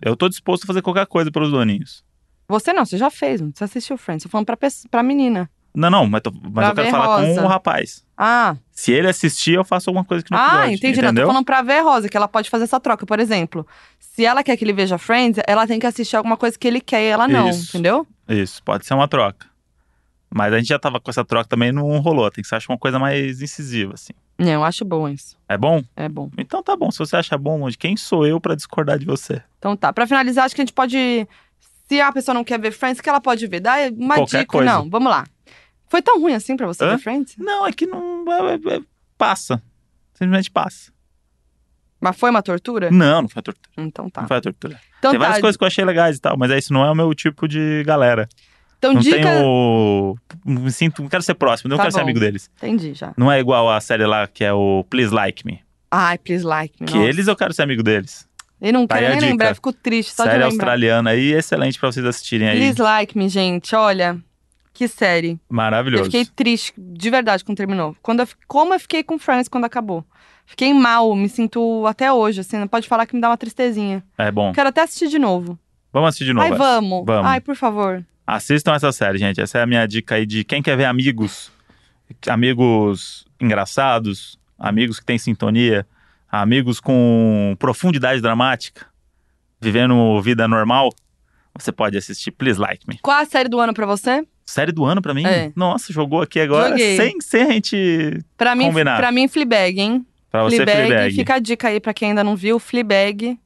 Speaker 1: Eu tô disposto a fazer qualquer coisa pelos doninhos.
Speaker 2: Você não, você já fez, não. Você assistiu Friends. Tô falando pra, pes- pra menina.
Speaker 1: Não, não, mas, tô- mas
Speaker 2: Pra
Speaker 1: eu quero
Speaker 2: ver
Speaker 1: falar
Speaker 2: rosa.
Speaker 1: com o rapaz.
Speaker 2: Ah,
Speaker 1: Se ele assistir, eu faço alguma coisa que não
Speaker 2: ah,
Speaker 1: episódio,
Speaker 2: entendi. Não,
Speaker 1: Entendeu?
Speaker 2: tô falando pra ver Rosa, que ela pode fazer essa troca. Por exemplo, se ela quer que ele veja Friends, ela tem que assistir alguma coisa que ele quer e ela não,
Speaker 1: Isso.
Speaker 2: entendeu?
Speaker 1: Isso, pode ser uma troca. Mas a gente já tava com essa troca também, não rolou. Tem que achar uma coisa mais incisiva, assim.
Speaker 2: Não, eu acho bom isso.
Speaker 1: É bom?
Speaker 2: É bom.
Speaker 1: Então tá bom. Se você acha bom, Monde, quem sou eu pra discordar de você?
Speaker 2: Então tá, pra finalizar, acho que a gente pode. Se a pessoa não quer ver Friends, o que ela pode ver? Dá uma
Speaker 1: Qualquer
Speaker 2: dica.
Speaker 1: coisa.
Speaker 2: Não, vamos lá. Foi tão ruim assim pra você
Speaker 1: Hã?
Speaker 2: ver Friends?
Speaker 1: Não, é que não. é- é- é- passa. Simplesmente passa.
Speaker 2: Mas foi uma tortura?
Speaker 1: Não, não foi a tortura.
Speaker 2: Então É. tá.
Speaker 1: Não foi a tortura.
Speaker 2: Então
Speaker 1: Tem várias
Speaker 2: tá.
Speaker 1: coisas que eu achei legais e tal, mas é isso não é o meu tipo de galera.
Speaker 2: Então
Speaker 1: não
Speaker 2: dica.
Speaker 1: tenho. Me sinto. Não quero ser próximo, não
Speaker 2: Tá
Speaker 1: quero ser
Speaker 2: bom.
Speaker 1: amigo deles.
Speaker 2: Entendi já.
Speaker 1: Não é igual a série lá que é o Please Like Me.
Speaker 2: Ai, please like me.
Speaker 1: Que
Speaker 2: nossa.
Speaker 1: eles eu quero ser amigo deles.
Speaker 2: Eu não
Speaker 1: Tá
Speaker 2: quero
Speaker 1: aí a
Speaker 2: nem
Speaker 1: dica.
Speaker 2: lembrar, eu fico triste só
Speaker 1: série
Speaker 2: de lembrar.
Speaker 1: australiana aí, excelente pra vocês assistirem aí.
Speaker 2: Please like me, gente. Olha, que série. Eu
Speaker 1: Maravilhoso.
Speaker 2: fiquei triste, de verdade, quando terminou. Quando eu fi- como eu fiquei com Friends quando acabou. Fiquei mal, me sinto até hoje, assim. Não pode falar que me dá uma tristezinha.
Speaker 1: É bom.
Speaker 2: Quero até assistir de novo.
Speaker 1: Vamos assistir de novo.
Speaker 2: Ai,
Speaker 1: essa.
Speaker 2: vamos.
Speaker 1: Vamos.
Speaker 2: Ai, por favor.
Speaker 1: Assistam essa série, gente. Essa é a minha dica aí de quem quer ver amigos. Amigos engraçados, amigos que têm sintonia, amigos com profundidade dramática, vivendo vida normal. Você pode assistir Please Like Me.
Speaker 2: Qual a série do ano pra você?
Speaker 1: Série do ano pra mim?
Speaker 2: É.
Speaker 1: Nossa, jogou aqui agora
Speaker 2: Joguei.
Speaker 1: sem, sem a gente.
Speaker 2: Pra mim,
Speaker 1: Combinado.
Speaker 2: pra mim Fleabag, hein?
Speaker 1: Pra você, Fleabag.
Speaker 2: fica a dica aí pra quem ainda não viu, Fleabag,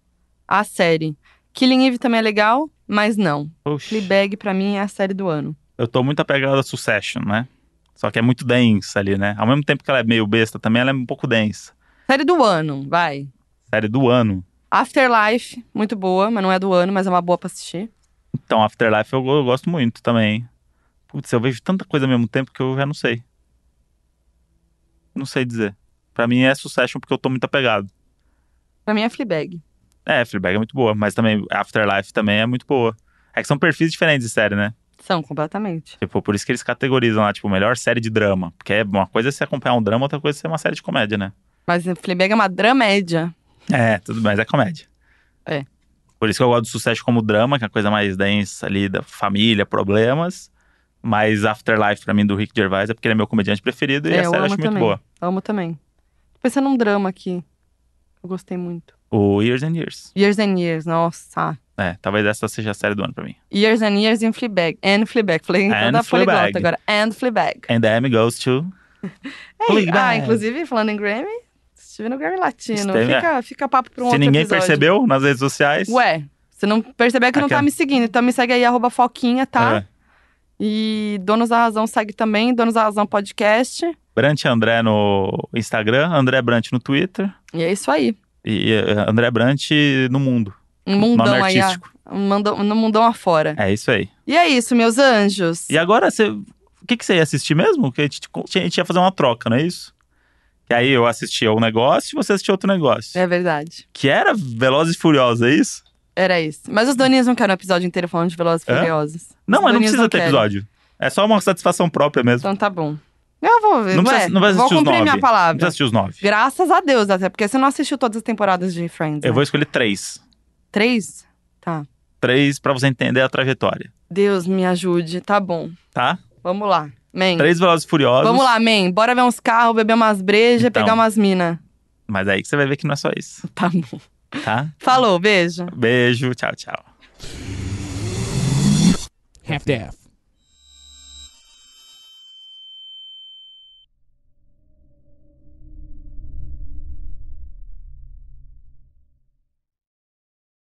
Speaker 2: a série. Killing Eve também é legal, mas não.
Speaker 1: Oxi.
Speaker 2: Fleabag pra mim é a série do ano.
Speaker 1: eu tô muito apegado a Succession, né? Só que é muito densa ali, né? Ao mesmo tempo que ela é meio besta também, ela é um pouco densa.
Speaker 2: Série do ano, vai.
Speaker 1: Série do ano.
Speaker 2: Afterlife, muito boa, mas não é do ano, mas é uma boa pra assistir.
Speaker 1: Então, Afterlife eu, go- eu gosto muito também. hein? Putz, eu vejo tanta coisa ao mesmo tempo que eu já não sei. Não sei dizer. Pra mim é Succession porque eu tô muito apegado.
Speaker 2: Pra mim é Fleabag.
Speaker 1: É, Fleabag é muito boa, mas também Afterlife também é muito boa. É que são perfis diferentes de série, né?
Speaker 2: São, completamente.
Speaker 1: Tipo, por isso que eles categorizam lá, tipo, melhor série de drama. Porque é uma coisa é você acompanhar um drama, outra coisa é ser uma série de comédia, né?
Speaker 2: Mas Fleabag é uma dramédia.
Speaker 1: É, tudo bem, mas é comédia.
Speaker 2: É.
Speaker 1: Por Por isso que eu gosto do sucesso como drama, que é a coisa mais densa ali da família, problemas. Mas Afterlife, pra mim, do Rick Gervais, é porque ele é meu comediante preferido e
Speaker 2: É,
Speaker 1: a
Speaker 2: eu
Speaker 1: série eu
Speaker 2: amo
Speaker 1: acho muito
Speaker 2: também.
Speaker 1: boa.
Speaker 2: Amo também. Tô pensando num drama aqui. Eu gostei muito.
Speaker 1: O Years and Years.
Speaker 2: Years and Years, nossa.
Speaker 1: É, talvez essa seja a série do ano pra mim.
Speaker 2: Years and Years em Fleabag. And Fleabag. Falei
Speaker 1: And
Speaker 2: então da poliglota
Speaker 1: Fleabag.
Speaker 2: agora. And Fleabag.
Speaker 1: And the Emmy goes to.
Speaker 2: É,
Speaker 1: Fleabag.
Speaker 2: Ah, inclusive, falando em Grammy, estive no Grammy Latino.
Speaker 1: Esteve, é.
Speaker 2: Fica, fica papo pra um
Speaker 1: Se
Speaker 2: outro
Speaker 1: ninguém
Speaker 2: episódio.
Speaker 1: percebeu nas redes sociais.
Speaker 2: Ué, se não perceber que não
Speaker 1: Aquela.
Speaker 2: tá me seguindo, então me segue aí, arroba Foquinha, tá?
Speaker 1: é.
Speaker 2: E Donos da Razão segue também, Donos da Razão Podcast.
Speaker 1: Brant André no Instagram, André Brant no Twitter.
Speaker 2: E é isso aí.
Speaker 1: E eh, André Brant no mundo.
Speaker 2: Um
Speaker 1: nome
Speaker 2: mundão aí, ah,
Speaker 1: artístico.
Speaker 2: um mandão- um mundão afora.
Speaker 1: É isso aí.
Speaker 2: E é isso, meus anjos.
Speaker 1: E agora você. O que, que você ia assistir mesmo? Que a gente, a gente ia fazer uma troca, não é isso? Que aí eu assistia um negócio e você assistia outro negócio.
Speaker 2: É verdade.
Speaker 1: Que era Velozes e Furiosos, é isso?
Speaker 2: Era isso. Mas os doninhos não querem um episódio inteiro falando de Velozes e
Speaker 1: É?
Speaker 2: Furiosos.
Speaker 1: Não,
Speaker 2: Os
Speaker 1: mas não
Speaker 2: doninhos
Speaker 1: precisa ter
Speaker 2: querem.
Speaker 1: episódio. É só uma satisfação própria mesmo.
Speaker 2: Então tá bom. Eu vou ver.
Speaker 1: Não precisa-
Speaker 2: ué,
Speaker 1: não vai
Speaker 2: vou
Speaker 1: assistir os
Speaker 2: cumprir
Speaker 1: nove.
Speaker 2: minha
Speaker 1: Não precisa
Speaker 2: palavra.
Speaker 1: assistir os nove.
Speaker 2: Graças a Deus, até porque você não assistiu todas as temporadas de Friends.
Speaker 1: Eu
Speaker 2: né?
Speaker 1: vou escolher três.
Speaker 2: Três? Tá.
Speaker 1: Três pra você entender a trajetória,
Speaker 2: Deus me ajude. Tá bom.
Speaker 1: tá?
Speaker 2: Vamos lá. Man.
Speaker 1: Três Velozes e Furiosos.
Speaker 2: Vamos lá, man. Bora ver uns carros, beber umas brejas,
Speaker 1: Então.
Speaker 2: pegar umas minas.
Speaker 1: Mas aí que você vai ver que não é só isso,
Speaker 2: Tá bom.
Speaker 1: tá?
Speaker 2: Falou, beijo.
Speaker 1: Beijo, tchau, tchau.
Speaker 3: half-daff.